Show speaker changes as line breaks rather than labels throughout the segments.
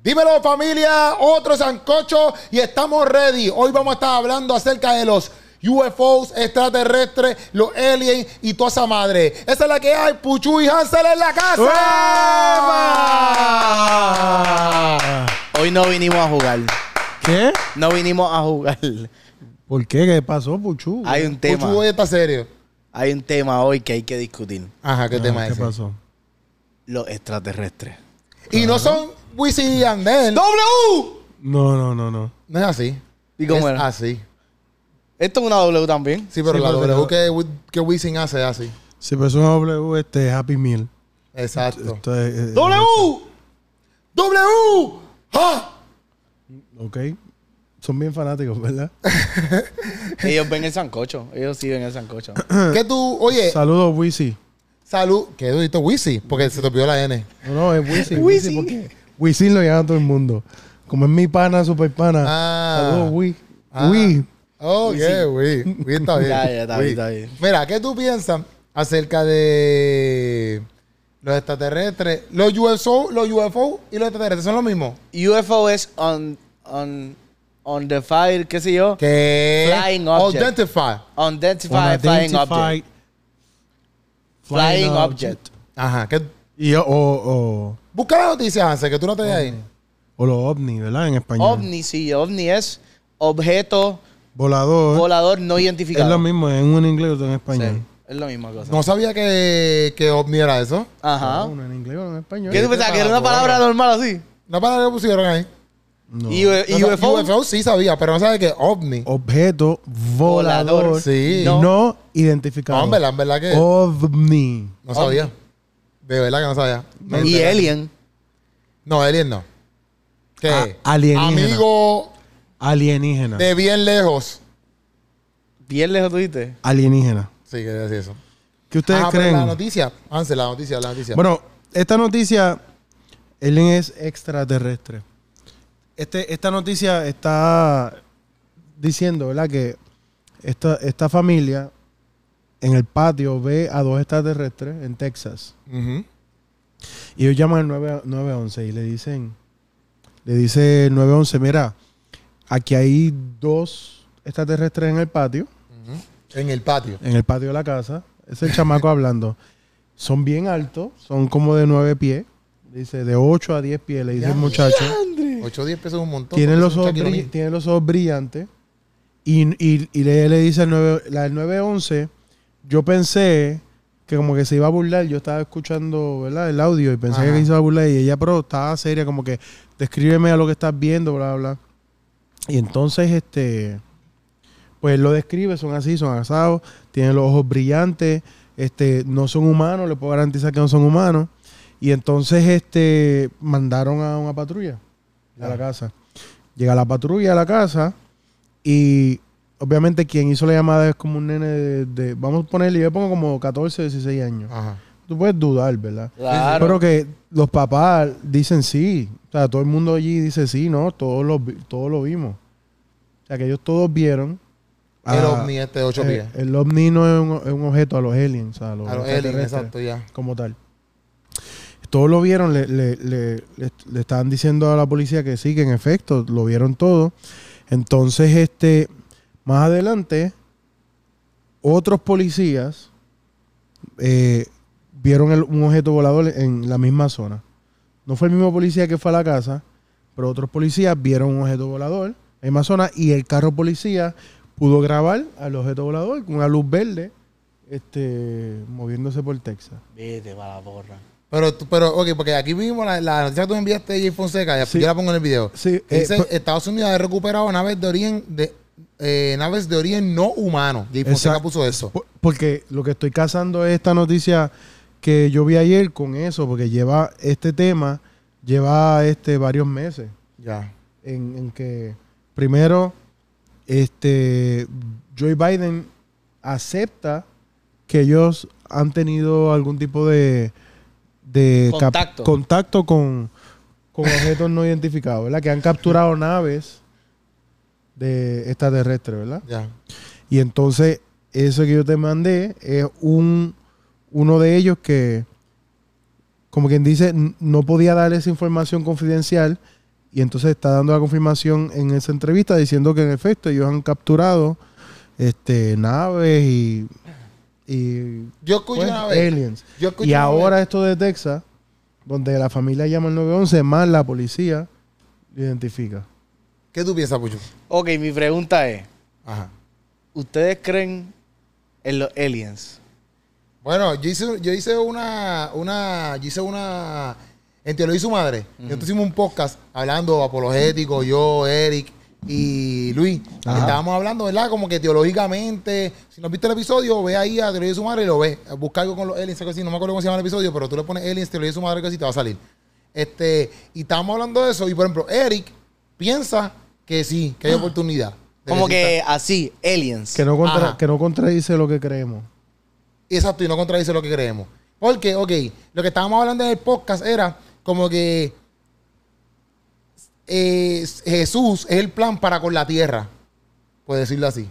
Dímelo familia, otro sancocho y estamos ready. Hoy vamos a estar hablando acerca de los UFOs extraterrestres, los aliens y toda esa madre. Esa es la que hay, Puchu y Hansel en la casa.
¡Epa!
Hoy no vinimos a jugar.
¿Qué?
No vinimos a jugar.
¿Por qué? ¿Qué pasó, Puchu?
Hay
Pues
un tema.
Puchu hoy está serio.
Hay un tema hoy que hay que discutir.
Ajá, ¿qué
Ah,
tema es
¿Qué
ese?
pasó?
Los extraterrestres.
Y
Ah,
no son Wisin y Yandel.
¡W!
No, no, no, no.
No es así.
¿Y cómo
es
era?
así.
ah, Esto es una W también.
Sí, pero
Sí,
la
pero-
W que, que Wisin hace es así.
Si pasó una W, este Happy Meal.
Exacto.
Esto es, eh,
¡W! ¡Ah!
eh, Ok. Son bien fanáticos, ¿verdad?
Ellos ven el sancocho. Ellos sí ven el sancocho.
Que tú, oye,
Saludos, Wisi.
salud. ¿Qué dijiste Wisin? Porque se te olvidó la N.
No, no, es Wisi.
Wisi.
Wisi, ¿por qué? Wisi lo llama todo el mundo. Como es mi pana, super pana.
Ah.
Saludos, Wii.
Ah.
Wii.
Oh, yeah, güey. Güey, está bien.
Ya, ya, está
Güey.
bien, está bien.
Mira, ¿qué tú piensas acerca de los extraterrestres? Los UFO, los UFO y los extraterrestres son lo mismo.
UFO es on, on, on the fire, qué sé yo.
¿Qué?
Flying object.
Identify.
Unidentified flying object. Flying object.
Ajá. ¿qué?
Y, o, o,
Busca la noticia, Hansel, que tú no te veas
Mm.
ahí.
o los ovnis, ¿verdad? En español.
OVNI, sí. OVNI es objeto
Volador.
volador no
es
identificado.
lo mismo en un inglés o en español.
Sí, es la misma cosa.
No sabía que, que ovni era eso.
Ajá.
No, uno en inglés, uno en español.
Ah. ¿Qué tú pensabas? ¿Que era una palabra normal así?
No para que pusieron ahí.
No.
Y, y
No, no,
UFO,
sí sabía, pero no sabía que ovni.
Oh,
Objeto volador,
Volador,
sí.
no,
No.
identificado.
No, en verdad, en verdad que
Oh,
OVNI.
no sabía. De verdad que no sabía. No,
y
de-
alien.
No, alien no. ¿Qué?
A- Ah, alienígena. Ah.
Amigo
Alienígena.
de bien lejos.
Bien lejos tuviste.
Alienígena.
Sí, quería decir eso.
¿Qué ustedes
Ah, pero
creen?
la noticia. Hansel, la noticia, la noticia.
Bueno, esta noticia, alien es extraterrestre. Este, esta noticia está diciendo, ¿verdad? Que esta, esta familia en el patio ve a dos extraterrestres en Texas.
Ujú.
Y ellos llaman al 9 911 y le dicen, le dice el 911, mira, aquí hay dos extraterrestres en el patio,
En el patio.
en el patio de la casa. Es el chamaco hablando. Son bien altos, son como de 9 pies. Dice, de 8 a 10 pies, le dice el
Ya,
muchacho.
8 o 10 pesos es un montón. porque
Tienen
es
los,
un
ojos
chaquirón.
brill- tienen los ojos brillantes. Y, y- y le, le dice al 9, la del 911, yo pensé que como que se iba a burlar, yo estaba escuchando ¿verdad? el audio y pensé
Ajá.
que se iba a burlar y ella pero estaba seria como que descríbeme a lo que estás viendo, bla, bla. Y entonces este pues lo describe, son así, son asados, tienen los ojos brillantes, este no son humanos, le puedo garantizar que no son humanos. Y entonces este mandaron a una patrulla a la casa. Llega la patrulla a la casa y obviamente quien hizo la llamada es como un nene de, de- vamos a ponerle, yo pongo como 14, 16 años.
Ajá.
Tú puedes dudar, ¿verdad?
Claro.
Pero que los papás dicen sí. O sea, todo el mundo allí dice sí, ¿no? Todos lo, vi- todos lo vimos. O sea, que ellos todos vieron.
el
a-
ovni este de 8
Ah, eh,
pies.
El ovni no es un, es un objeto a los aliens, a los,
a los aliens,
extraterrestres
exacto, ya.
como tal. Todos lo vieron, le, le, le- le- le estaban diciendo a la policía que sí, que en efecto, lo vieron todo. Entonces, este, más adelante, otros policías eh, vieron el- un objeto volador en la misma zona. No fue el mismo policía que fue a la casa, pero otros policías vieron un objeto volador en la misma zona y el carro policía pudo grabar al objeto volador con una luz verde este, moviéndose por Texas.
Vete para la porra.
Pero, tú- pero, ok, porque aquí mismo la, la noticia que tú me enviaste de Jay Fonseca, ya-
Sí.
yo la pongo en el video.
Sí,
Que
eh,
dice,
pero-
Estados Unidos ha recuperado naves de origen de eh, naves de origen no humano. Jay Fonseca
Exacto. Pues-
puso eso.
Por- Porque lo que estoy cazando es esta noticia que yo vi ayer con eso, porque lleva este tema, lleva este varios meses
Ya.
en, en que primero este Joe Biden acepta que ellos han tenido algún tipo de, de cap-
Contacto.
contacto con, con objetos no identificados, ¿verdad? Que han capturado naves de extraterrestres, ¿verdad?
Ya.
Y entonces, eso que yo te mandé es un, uno de ellos que, como quien dice, n- no podía dar esa información confidencial Y entonces está dando la confirmación en esa entrevista diciendo que en efecto ellos han capturado este, naves y, y
Yo escuché
pues,
una vez.
aliens.
Yo escuché
Y
una
ahora
vez.
esto de Texas, donde la familia llama al 911, más la policía identifica.
¿Qué tú piensas, Puchu?
Ok, mi pregunta es,
Ajá.
¿ustedes creen en los aliens?
Bueno, yo hice, yo hice una, una, yo hice una, entre lo y su madre. Nosotros hicimos un podcast hablando apologético, yo, Eric y Luis. que
Ajá.
Estábamos hablando, ¿verdad? Como que teológicamente, si no has visto el episodio, ve ahí a Teología y su madre y lo ves. Busca algo con los aliens, algo así. No me acuerdo cómo se llama el episodio, pero tú le pones aliens, Teología y su madre, algo así, te va a salir. Este, y estábamos hablando de eso. Y por ejemplo, Eric piensa que sí, que hay oportunidad. de
Como
exista.
que así, aliens.
Que no, contra-
Ajá.
que no contradice lo que creemos.
Exacto, y no contradice lo que creemos. Porque, ok, lo que estábamos hablando en el podcast era como que eh, Jesús es el plan para con la tierra, por decirlo así.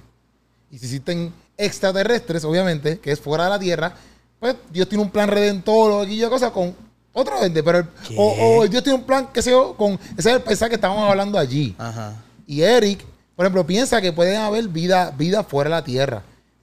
Y si existen extraterrestres, obviamente, que es fuera de la tierra, pues Dios tiene un plan redentor o aquella cosa con otra gente. Pero el-
¿Qué?
o, o Dios tiene un plan, que sé yo, con. Ese es el pensar que estábamos hablando allí.
Ajá.
Y Eric, por ejemplo, piensa que puede haber vida, vida fuera de la Tierra.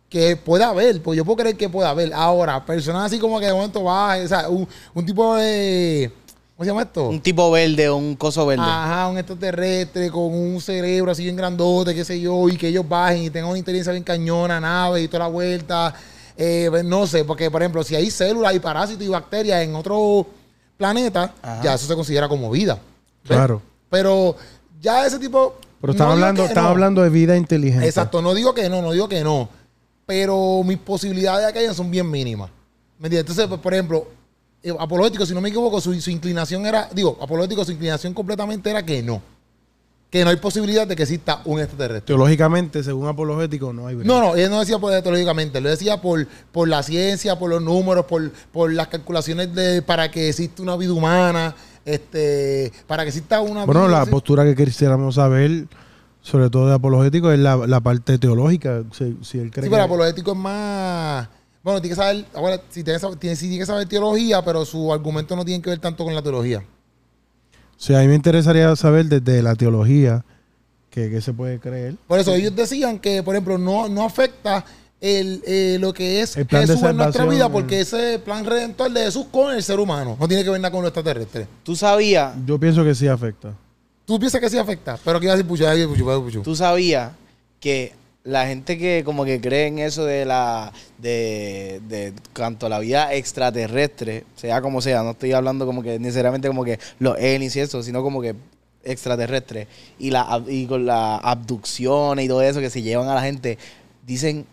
Que pueda haber, pues yo puedo creer que pueda haber. Ahora, personas así como que de momento va, o sea, un, un tipo de. ¿Cómo se llama esto?
Un tipo verde, un coso verde.
Ajá, un extraterrestre con un cerebro así bien grandote, qué sé yo, y que ellos bajen y tengan una inteligencia bien cañona, nave y toda la vuelta. Eh, pues, no sé, porque por ejemplo, si hay células y parásitos y bacterias en otro planeta,
Ajá.
ya eso se considera como vida. ¿Ves?
Claro.
Pero ya ese tipo.
Pero estaba
no digo
hablando,
que
estaba
no.
hablando de vida inteligente.
Exacto, no digo que no, no digo que no. Pero mis posibilidades de que hayan son bien mínimas. ¿Me entiendes? Entonces, pues, por ejemplo, eh, Apolótico, si no me equivoco, su, su inclinación era, digo, Apolótico, su inclinación completamente era que no. Que no hay posibilidad de que exista un extraterrestre.
Teológicamente, según apologético, no hay break.
No, no, él no decía por teológicamente, él lo decía por, por la ciencia, por los números, por, por las calculaciones de para que exista una vida humana, este, para que exista una
Bueno,
vida
la
así.
postura que quisiéramos saber, sobre todo de apologético, es la, la parte teológica. Si, si él cree
Sí, pero
que-
apologético es más. Bueno, tiene que saber. Ahora, si tiene, tiene, sí tiene que saber teología, pero su argumento no tiene que ver tanto con la teología.
Sí, a mí me interesaría saber desde la teología que, que se puede creer.
Por eso ellos decían que, por ejemplo, no, no afecta el, eh, lo que es
El plan de
Jesús en nuestra
salvación,
vida,
el-
porque ese plan redentor de Jesús con el ser humano no tiene que ver nada con lo extraterrestre.
Tú sabías,
Yo pienso que sí afecta.
Tú piensas que sí afecta, pero que iba a decir pucha, ay, puchu, puchu, puchu.
tú sabías que la gente que como que cree en eso de la de, de cuanto a la vida extraterrestre, sea como sea, no estoy hablando como que necesariamente como que los aliens y eso, sino como que extraterrestre y la ab- y con las abducciones y todo eso que se llevan a la gente, dicen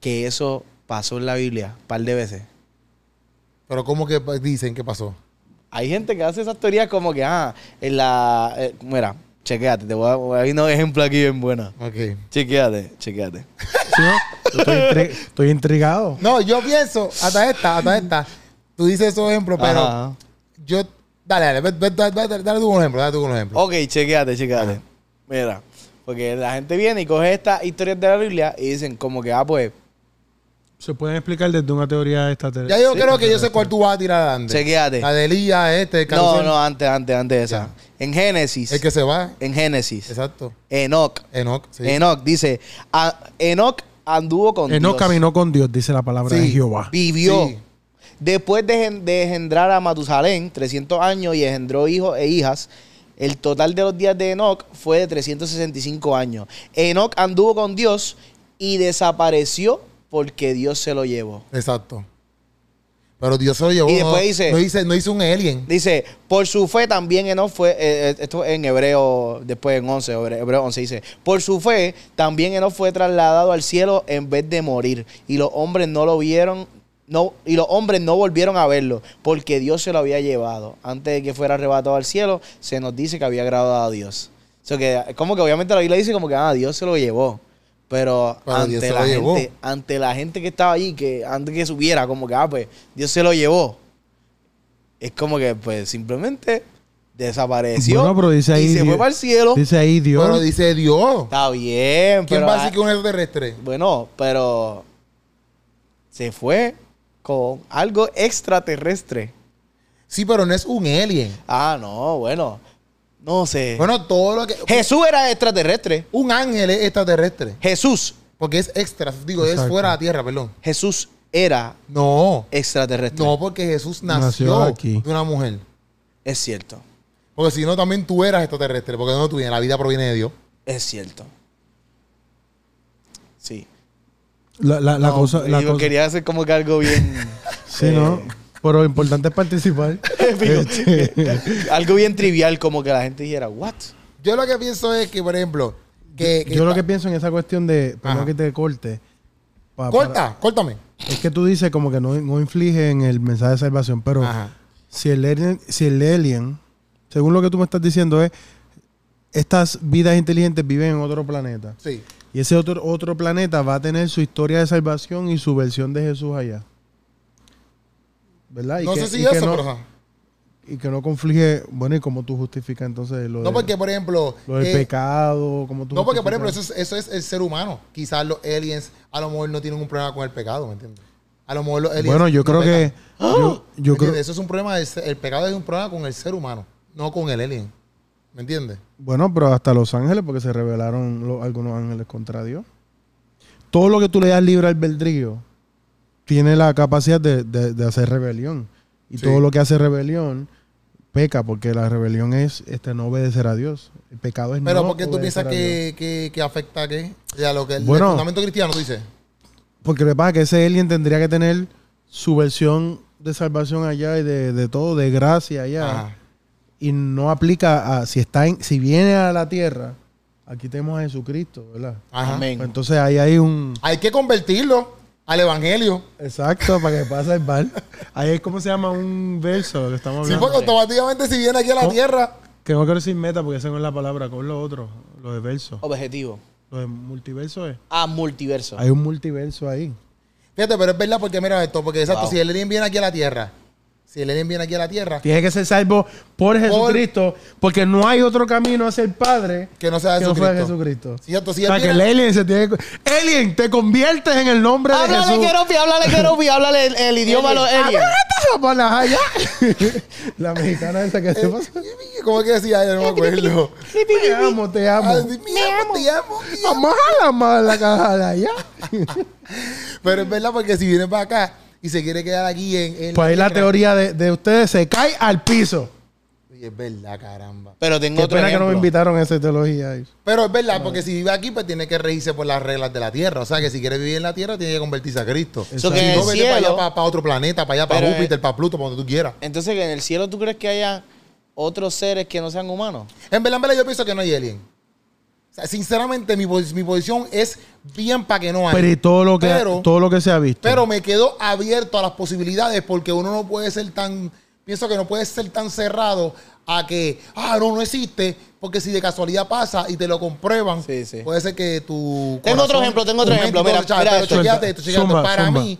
que eso pasó en la Biblia un par de veces.
Pero ¿cómo que dicen que pasó?
Hay gente que hace esas teorías como que, ah, en la... eh, mira, chequéate, te voy a... voy a- Hay un ejemplo aquí bien bueno.
Ok.
Chequéate, chequéate.
¿Sí, no? Estoy, intri- estoy intrigado.
No, yo pienso, hasta esta, hasta esta. Tú dices esos ejemplos, pero
Ajá.
yo. Dale, dale, ve- ve- dale, dale, dale tú un ejemplo, dale tú un ejemplo.
Ok, chequéate, chequéate. Mira, porque la gente viene y coge estas historias de la Biblia y dicen como que, ah, pues,
Se pueden explicar desde una teoría extraterrestre.
Ya yo creo que yo sé cuál tú vas a tirar adelante.
Chequéate.
La de Elías, este, el
no,
carrusel,
no, antes, antes, antes de esa. En Génesis,
El que se va.
en Génesis,
Exacto.
Enoch,
Enoch. Sí.
Enoch dice, ah, Enoch anduvo con
Eh, no
Dios.
caminó con Dios, dice la palabra
Sí.
de Jehová.
Vivió.
Sí.
Después de, gen- de engendrar a Matusalén 300 años y engendró hijos e hijas, el total de los días de Enoch fue de 365 años. Enoch anduvo con Dios y desapareció porque Dios se lo llevó.
Exacto. Pero Dios se lo llevó.
Y después
no-
dice-
No hice, no hice un alien.
Dice, por su fe también Enoch fue, eh, eh, esto en hebreo, después en 11, hebre- hebreo 11 dice, por su fe también Enoch fue trasladado al cielo en vez de morir y los hombres no lo vieron, no, y los hombres no volvieron a verlo porque Dios se lo había llevado. Antes de que fuera arrebatado al cielo, se nos dice que había agradado a Dios. O sea que, como que obviamente la Biblia dice como que, ah, Dios se lo llevó. Pero,
Pero Dios
ante
se
la
lo llevó.
gente, ante la gente que estaba allí, que antes que subiera, como que, ah, pues, Dios se lo llevó. Es como que, pues, simplemente desapareció.
Bueno, pero dice ahí
y se
Dios-
fue para el cielo.
Dice ahí Dios.
Pero dice Dios.
Está bien,
¿Quién
pero.
va a decir que es un extraterrestre?
Bueno, pero. Se fue con algo extraterrestre.
Sí, pero no es un alien.
Ah, no, bueno. No sé.
Bueno, todo lo que.
Jesús era extraterrestre.
Un ángel es extraterrestre.
Jesús.
Porque es extra, digo, es
Exacto.
fuera de la tierra, perdón.
Jesús era
No.
extraterrestre.
No, porque Jesús nació,
Nació aquí.
de una mujer.
Es cierto.
Porque si no, también tú eras extraterrestre. Porque no tú vienes, la vida proviene de Dios.
Es cierto. Sí.
La, la- la
No,
cosa. La
digo,
cosa-
quería hacer como que algo bien.
Sí,
eh,
¿no? Pero lo importante es participar.
Digo,
Este,
algo bien trivial, como que la gente dijera, ¿what?
Yo lo que pienso es que, por ejemplo, Eh, que. que
yo lo que
está-
pienso en esa cuestión de.
Ajá.
Perdón que te corte. pa- ah, para-
Corta, córtame.
es que tú dices como que no, no inflige en el mensaje de salvación, pero.
Ajá.
si el, alien, si el alien, según lo que tú me estás diciendo, es estas vidas inteligentes viven en otro planeta.
Sí.
Y ese otro, otro planeta va a tener su historia de salvación y su versión de Jesús allá. ¿Verdad? Y
No
que-
sé si
y que
eso,
no,
pero. ajá.
Y que no conflige. Bueno, ¿y cómo tú justificas entonces lo,
No,
de-
porque, por ejemplo.
lo del
eh,
pecado? ¿cómo tú
no, porque, por ejemplo,
justificas?
eso es, eso es el ser humano. Quizás los aliens a lo mejor no tienen un problema con el pecado, ¿me entiendes? A lo mejor los aliens.
Bueno, yo
no
creo
pecan.
que. Yo, yo
¿Me
creo,
entiendes? Eso es un problema. del ser- el pecado es un problema con el ser humano, no con el alien. ¿Me entiendes?
Bueno, pero hasta los ángeles, porque se rebelaron lo- algunos ángeles contra Dios. Todo lo que tú le das libre albedrío tiene la capacidad de, de- de hacer rebelión. Y
Sí.
todo lo que hace rebelión peca, porque la rebelión es este, no obedecer a Dios. El pecado es
Pero
no
¿por qué tú piensas
obedecer a Dios.
que, que, que afecta a qué? O sea, lo que el
Bueno.
fundamento cristiano, tú dices.
Porque lo que pasa es que ese alien tendría que tener su versión de salvación allá y de, de todo, de gracia allá.
Ajá.
y no aplica a si está en, si viene a la tierra, aquí tenemos a Jesucristo, ¿verdad?
Ajá.
Amén.
Pues entonces ahí hay un
Hay que convertirlo al evangelio.
exacto para que pase el bar. Ahí es como se llama un verso lo que estamos
Sí,
hablando.
porque automáticamente si viene aquí a la
¿Cómo?
tierra.
que no quiero decir meta porque esa no es la palabra, con lo otro, lo de verso.
Objetivo.
Lo de multiverso es.
Ah, multiverso.
Hay un multiverso ahí.
Fíjate, pero es verdad porque mira esto, porque exacto,
Wow.
si el alien viene aquí a la tierra, si el alien viene aquí a la tierra,
Tiene que ser salvo por Jesucristo, porque no hay otro camino hacia el Padre
que no sea
que no
Jesucristo.
fuera Jesucristo.
Cierto, si
o
él
sea, que el
viene-
alien se tiene que... Alien, te conviertes en el nombre de
Háblale,
eh, Jesús. ah,
Keropi, háblale, Keropi, háblale el, el idioma de los aliens.
La mexicana esa que se pasa.
¿Cómo es que decía? Yo no me acuerdo.
Te amo, te amo.
Ay, mi amor, te amo, mi amor.
Vamos a la madre la caja de allá.
Pero es verdad porque si viene para acá y se quiere quedar aquí en... en
Pues ahí la
tierra-
teoría de, de ustedes se cae al piso.
Y es verdad, caramba.
Pero
Qué
tengo otro
pena que no me
ejemplo.
invitaron a esa teología. ahí.
Pero es verdad, porque si vive aquí, pues tiene que regirse por las reglas de la tierra. O sea, que si quiere vivir en la tierra, tiene que convertirse a Cristo.
Eso
Si
que en
no,
el
vete para allá,
cielo-
para, para otro planeta, para allá, para
Pero, eh,
Júpiter, para Pluto, para donde tú quieras.
Entonces, ¿que en el cielo tú crees que haya otros seres que no sean humanos?
En verdad, en verdad, yo pienso que no hay alien. O sea, sinceramente, mi, pos- mi posición es bien para que no haya.
Pero y todo lo que,
Pero-
todo lo que se ha visto.
Pero me quedo abierto a las posibilidades porque uno no puede ser tan, pienso que no puede ser tan cerrado a que, ah, no, no existe, porque si de casualidad pasa y te lo comprueban,
Sí, sí.
puede ser que tu...
Tengo otro ejemplo, tengo otro
tu mente y
ejemplo,
todo,
mira,
chaval,
mira
pero
esto.
chequeate esto, chequeate esto.
Zumba,
Para
zumba.
mí,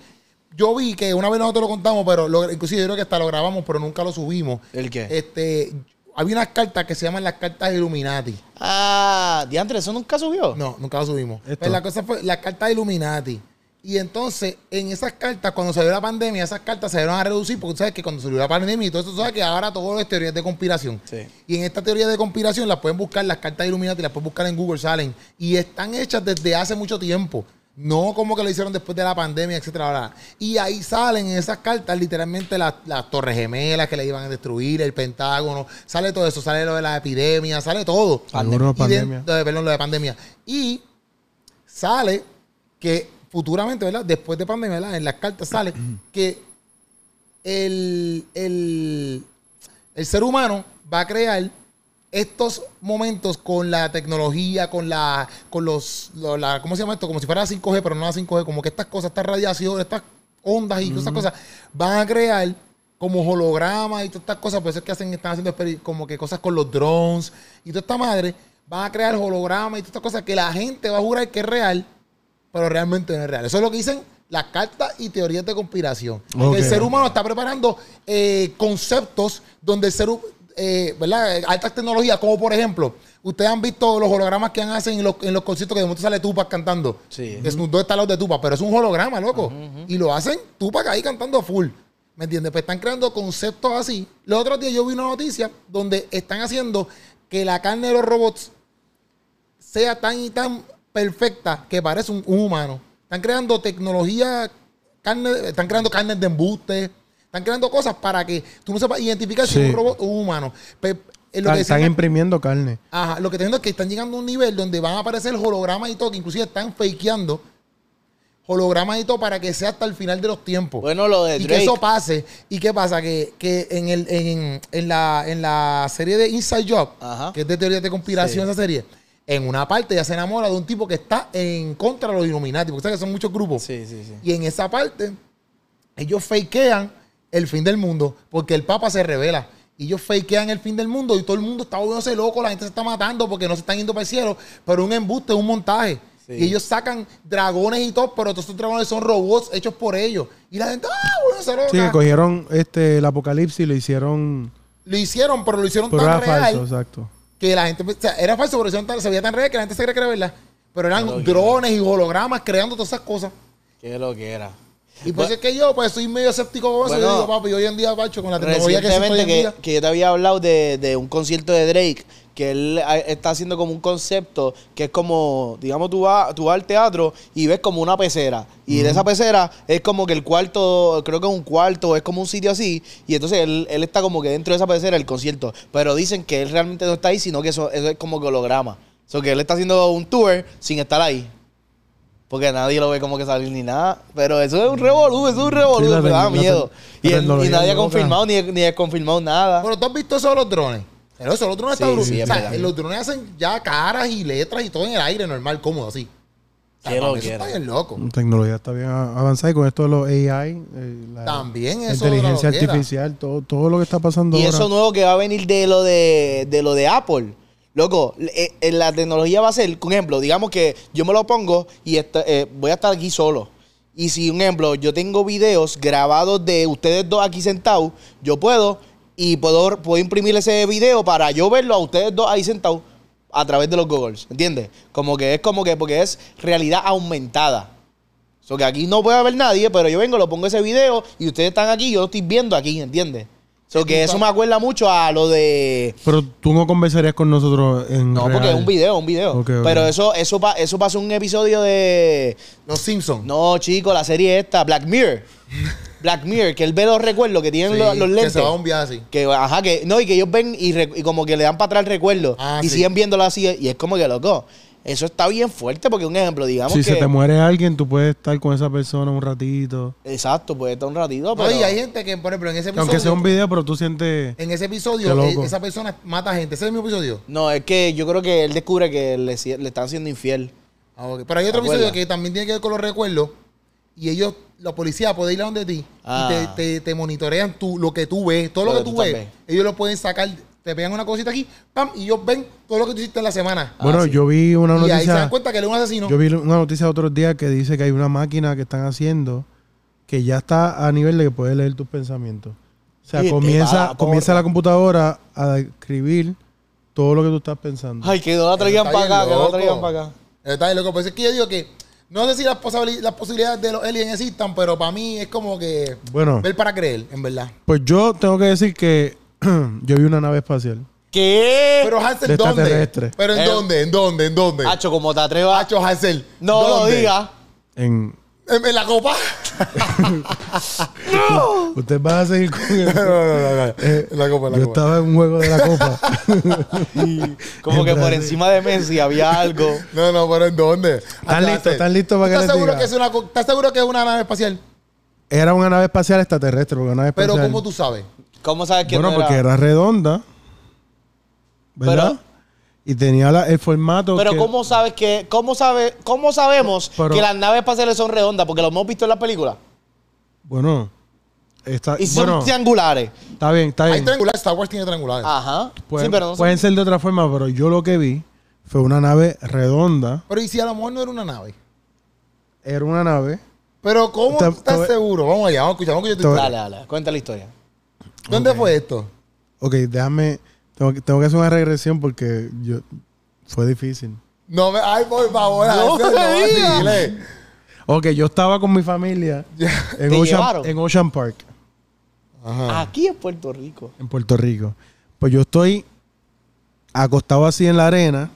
yo vi que una vez nosotros lo contamos, pero lo- inclusive yo creo que hasta lo grabamos, pero nunca lo subimos.
¿El qué?
Este, había unas cartas que se llaman las cartas Illuminati.
Ah, diantre, ¿eso nunca subió?
No, nunca lo subimos.
Esto.
Pero Pues la cosa fue las cartas de Illuminati. Y entonces, en esas cartas, cuando salió la pandemia, esas cartas se dieron a reducir porque tú sabes que cuando salió la pandemia y todo eso, tú sabes que ahora todo es teorías de conspiración.
Sí.
Y en esta teoría de conspiración las pueden buscar, las cartas de Illuminati, las pueden buscar en Google, salen. Y están hechas desde hace mucho tiempo. No como que lo hicieron después de la pandemia, etcétera. bla, bla. Y ahí salen en esas cartas literalmente las, las torres gemelas que le iban a destruir, el Pentágono, sale todo eso, sale lo de las epidemias, sale todo.
Seguro
Y de-
pandemia.
de- perdón, lo de pandemia. Y sale que futuramente, ¿verdad? Después de pandemia, ¿verdad? En las cartas sale que el, el, el ser humano va a crear estos momentos con la tecnología, con la, con los, lo- la- ¿cómo se llama esto? Como si fuera la 5G, pero no la 5G, como que estas cosas, estas radiaciones, estas ondas y todas estas cosas, van a crear como hologramas y todas estas cosas, por eso es que hacen, están haciendo experi- como que cosas con los drones y toda esta madre, van a crear hologramas y todas estas cosas que la gente va a jurar que es real, pero realmente no es real. Eso es lo que dicen las cartas y teorías de conspiración.
Ok.
Que el ser humano está preparando eh, conceptos donde el ser hu- eh, ¿verdad? Eh, Altas tecnologías, como por ejemplo, ustedes han visto los hologramas que han hacen en los, en los conciertos que de momento sale Tupac cantando.
Sí.
Que Snoop Dogg está al lado de Tupac, pero es un holograma, loco. Y lo hacen Tupac ahí cantando full. ¿Me entiendes? Pues están creando conceptos así. Los otros días yo vi una noticia donde están haciendo que que la carne de los robots sea tan y tan perfecta que parece un, un humano. Están creando tecnología, carne, están creando carnes de embuste, están creando cosas para que tú no sepas identificar si
Sí.
es un robot o un humano. Pe- eh, lo
Están,
que
están
decían-
imprimiendo carne.
Ajá, lo que tengo es que están llegando a un nivel donde van a aparecer hologramas y todo, que inclusive están fakeando hologramas y todo para que sea hasta el final de los tiempos.
Bueno, lo de
y que
Drake.
eso pase. ¿Y qué pasa? Que, que en, el, en, en la, en la serie de Inside Job,
Ajá.
que es de teoría de conspiración
Sí.
esa serie, en una parte ya se enamora de un tipo que está en contra de los Illuminati, porque sabes que son muchos grupos.
Sí, sí, sí.
Y en esa parte, ellos fakean el fin del mundo, porque el Papa se revela. Y ellos fakean el fin del mundo y todo el mundo está volviéndose loco, la gente se está matando porque no se están yendo para el cielo, pero un embuste, un montaje.
Sí.
Y ellos sacan dragones y todo, pero todos esos dragones son robots hechos por ellos. Y la gente, ¡ah, volviéndose loca!
Sí, que cogieron este, el apocalipsis y lo hicieron.
Lo hicieron, pero lo hicieron
Pero
tan
era
real
falso, exacto.
que la gente, o sea, era falso, pero lo hicieron tan- se veía tan real que la gente se creía que era verdad. Pero eran
Claro que
drones y hologramas creando todas esas cosas.
Qué lo que era.
Y pues es que yo, pues soy medio escéptico con eso.
Bueno,
yo digo, papi, hoy en día, Pacho, con la tecnología que existe hoy
Recientemente
en
que,
día.
que yo te había hablado de, de un concierto de Drake, que él ah, está haciendo como un concepto que es como, digamos, tú vas, tú vas al teatro y ves como una pecera. Y de esa pecera es como que el cuarto, creo que es un cuarto, es como un sitio así. Y entonces él, él está como que dentro de esa pecera el concierto. Pero dicen que él realmente no está ahí, sino que eso, eso es como que holograma. O sea, que él está haciendo un tour sin estar ahí. Porque nadie lo ve como que salir ni nada. Pero eso es un revolú, eso es un revolú,
Sí, la
me da
tecno- la
miedo.
te-
Y,
la
él- y
tecnología
nadie ha
loca.
confirmado ni, ni desconfirmado nada.
Bueno, tú has visto eso de los drones. Pero eso, de los drones
Sí,
está brutal.
sí, es
O sea,
verdad.
los drones hacen ya caras y letras y todo en el aire, normal, cómodo, así. O sea,
Qué
para
lo
mí eso
que
está
era.
bien loco.
La tecnología está bien a- avanzada y con esto de los AI, eh, la
También
la
eso
inteligencia
de la loquera.
artificial, todo, todo lo que está pasando
y
ahora.
eso nuevo que va a venir de lo de, de lo de Apple. Loco, eh, eh, la tecnología va a ser, por ejemplo, digamos que yo me lo pongo y esta- eh, voy a estar aquí solo. Y si, un ejemplo, yo tengo videos grabados de ustedes dos aquí sentados, yo puedo y puedo, puedo imprimir ese video para yo verlo a ustedes dos ahí sentados a través de los goggles, ¿entiendes? Como que es como que, porque es realidad aumentada. O sea, que aquí no puede haber nadie, pero yo vengo, lo pongo ese video y ustedes están aquí, yo lo estoy viendo aquí, ¿entiendes? O sea, que eso me acuerda mucho a lo de...
Pero tú no conversarías con nosotros en
No, porque es un video, un video.
Ok, ok.
Pero eso eso pa- eso pasó en un episodio de...
Los Simpsons.
No, chico, la serie esta, Black Mirror. Black Mirror, que él ve los recuerdos que tienen
Sí,
los, los
Que
lentes.
se va a un viaje así.
Que, ajá, que, no, y que ellos ven y, re- y como que le dan para atrás el recuerdo.
Ah,
y
sí.
siguen viéndolo así. Y es como que, loco, eso está bien fuerte porque, un ejemplo, digamos
Si
que...
se te muere alguien, tú puedes estar con esa persona un ratito.
Exacto, puede estar un ratito,
No,
pero...
y hay gente que, por ejemplo, en ese
Que
episodio.
aunque sea un video, pero tú sientes...
En ese
Qué
episodio,
loco.
eh, esa persona mata gente. Ese es mi episodio.
No, es que yo creo que él descubre que le, si- le están siendo infiel.
Ah, ok. Pero hay otro
¿Te acuerdas?
episodio que también tiene que ver con los recuerdos. Y ellos, la policía puede ir a donde ti
Ah.
y te, te- te monitorean tú, lo que tú ves, todo lo, que tú, ves.
también.
Ellos lo pueden sacar, te pegan una cosita aquí, pam, y ellos ven todo lo que tú hiciste en la semana.
Ah,
bueno,
sí.
yo vi una
y ahí se dan
noticia...
cuenta que él es un asesino.
Yo vi una noticia otro día que dice que hay una máquina que están haciendo que ya está a nivel de que puede leer tus pensamientos. O sea,
Y te va
comienza,
la
comienza
porra.
la computadora a escribir todo lo que tú estás pensando.
Ay, que no la traigan
Está
para acá,
bien
que no la
loco.
traigan para acá.
Está bien loco. Pues es que yo digo que no sé si las, posabili- las posibilidades de los aliens existan, pero para mí es como que
Bueno,
ver para creer, en verdad.
Eh.
pues yo tengo que decir que yo vi una nave espacial.
¿Qué?
Pero Hansel,
De
¿dónde?
extraterrestre.
Pero
Eh.
¿en dónde? ¿En dónde? ¿En dónde?
Hacho, como te atrevas.
Hacho Hansel.
No lo
¿dónde?
digas.
En,
En, en la copa.
Ah.
Usted va a seguir con
no,
el-
no, no, no. En Eh, la copa, en la
Yo
copa.
estaba en un juego de la copa.
Como que por
Brasil.
encima de Messi había algo.
No, no, pero ¿en dónde? Hasta
listos,
Hansel.
están listos
¿Tú
para que
¿Estás
les
seguro
diga?
que es una co- ¿Estás seguro que es una nave espacial?
Era una nave espacial extraterrestre, porque una nave
Pero
espacial.
¿cómo tú sabes?
¿Cómo sabes que
Bueno,
no
porque
era?
era redonda. ¿Verdad?
Pero-
y tenía la- el formato.
Pero
que-
¿cómo sabes que cómo sabe cómo sabemos
Pero-
que las naves espaciales son redondas porque lo hemos visto en las películas?
Bueno. Está,
Y son
bueno,
triangulares.
está bien, está
Hay
bien.
triangulares, Star Wars tiene triangulares.
Ajá.
Pueden,
sí, pero no sé.
pueden ser de otra forma, pero yo lo que vi fue una nave redonda.
Pero ¿y si a lo mejor no era una nave?
Era una nave.
Pero ¿cómo
Te-
tú estás
te-
seguro? Vamos allá, vamos a escuchar, vamos a escuchar tu
Te-
historia.
Dale, dale, cuenta la historia.
¿Dónde fue esto?
Ok, déjame. Tengo, que- tengo que hacer una regresión porque yo, fue difícil.
No me, ay, por favor,
No
Hansel,
me
no,
digas.
dile.
Ok, yo estaba con mi familia
¿Te
en, Ocean,
llevaron?
en Ocean Park.
Ajá.
Ah.
Aquí en Puerto Rico.
en Puerto Rico. Pues yo estoy acostado así en la arena.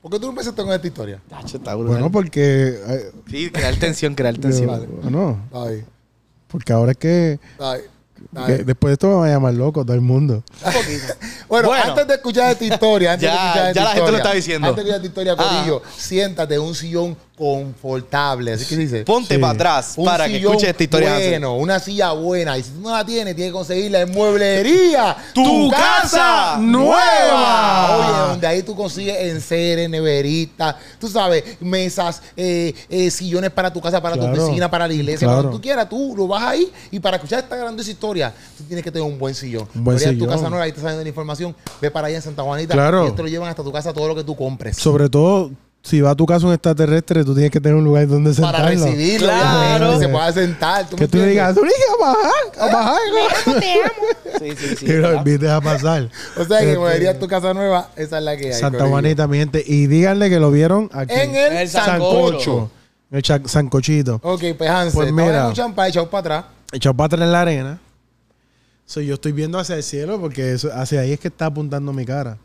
¿Por qué tú no empezaste con esta historia?
Tacho, está brutal.
Bueno, porque. eh,
sí, crear tensión, crear
yo-
tensión.
bueno,
Está ahí,
porque ahora es que,
está ahí, está
que
ahí.
después de esto me va a llamar loco todo el mundo.
Bueno,
Bueno.
antes de escuchar esta historia, antes
Ya,
de escuchar esta
ya la gente lo
historia,
está diciendo.
Antes de escuchar esta historia,
Ah.
Corillo, siéntate en un sillón confortable. Así que dice.
Ponte
Sí.
para atrás
Un
para que
sillón
escuche esta historia. Hansel.
Bueno, una silla buena. Y si tú no la tienes, tienes que conseguirla en mueblería.
¡Tu casa nueva!
Oye, donde ahí tú consigues enseres, neveritas, tú sabes, mesas, eh, eh, sillones para tu casa, para tu
Claro.
oficina, para la iglesia.
Claro.
Cuando tú quieras, tú lo vas ahí. Y para escuchar esta grandiosa historia, tú tienes que tener un buen sillón.
Un buen
Mueblería en tu
sillón.
casa nueva, ahí te saliendo la información. Ve para allá en Santa Juanita.
Claro.
Y ellos te lo llevan hasta tu casa todo lo que tú compres.
Sobre todo, si va a tu casa un extraterrestre, tú tienes que tener un lugar donde sentarlo.
para recibirlo,
Claro.
obviamente, que se pueda sentar.
Que tú le
me entiendes?
digas, tú le digas, a bajar, a bajar.
Sí, sí, sí.
y lo
¿verdad?
invites a pasar.
O sea que
Este,
moverías tu casa nueva, esa es la que hay.
Santa
corillo.
Juanita, mi gente. Y díganle que lo vieron aquí.
En
En
el
el
sancocho.
sancocho.
El cha- sancochito.
Ok, pues Hansel,
Pues
pues
mira.
mira. un champán echado para atrás.
Echado para atrás en la arena. So, yo estoy viendo hacia el cielo porque eso- hacia ahí es que está apuntando mi cara.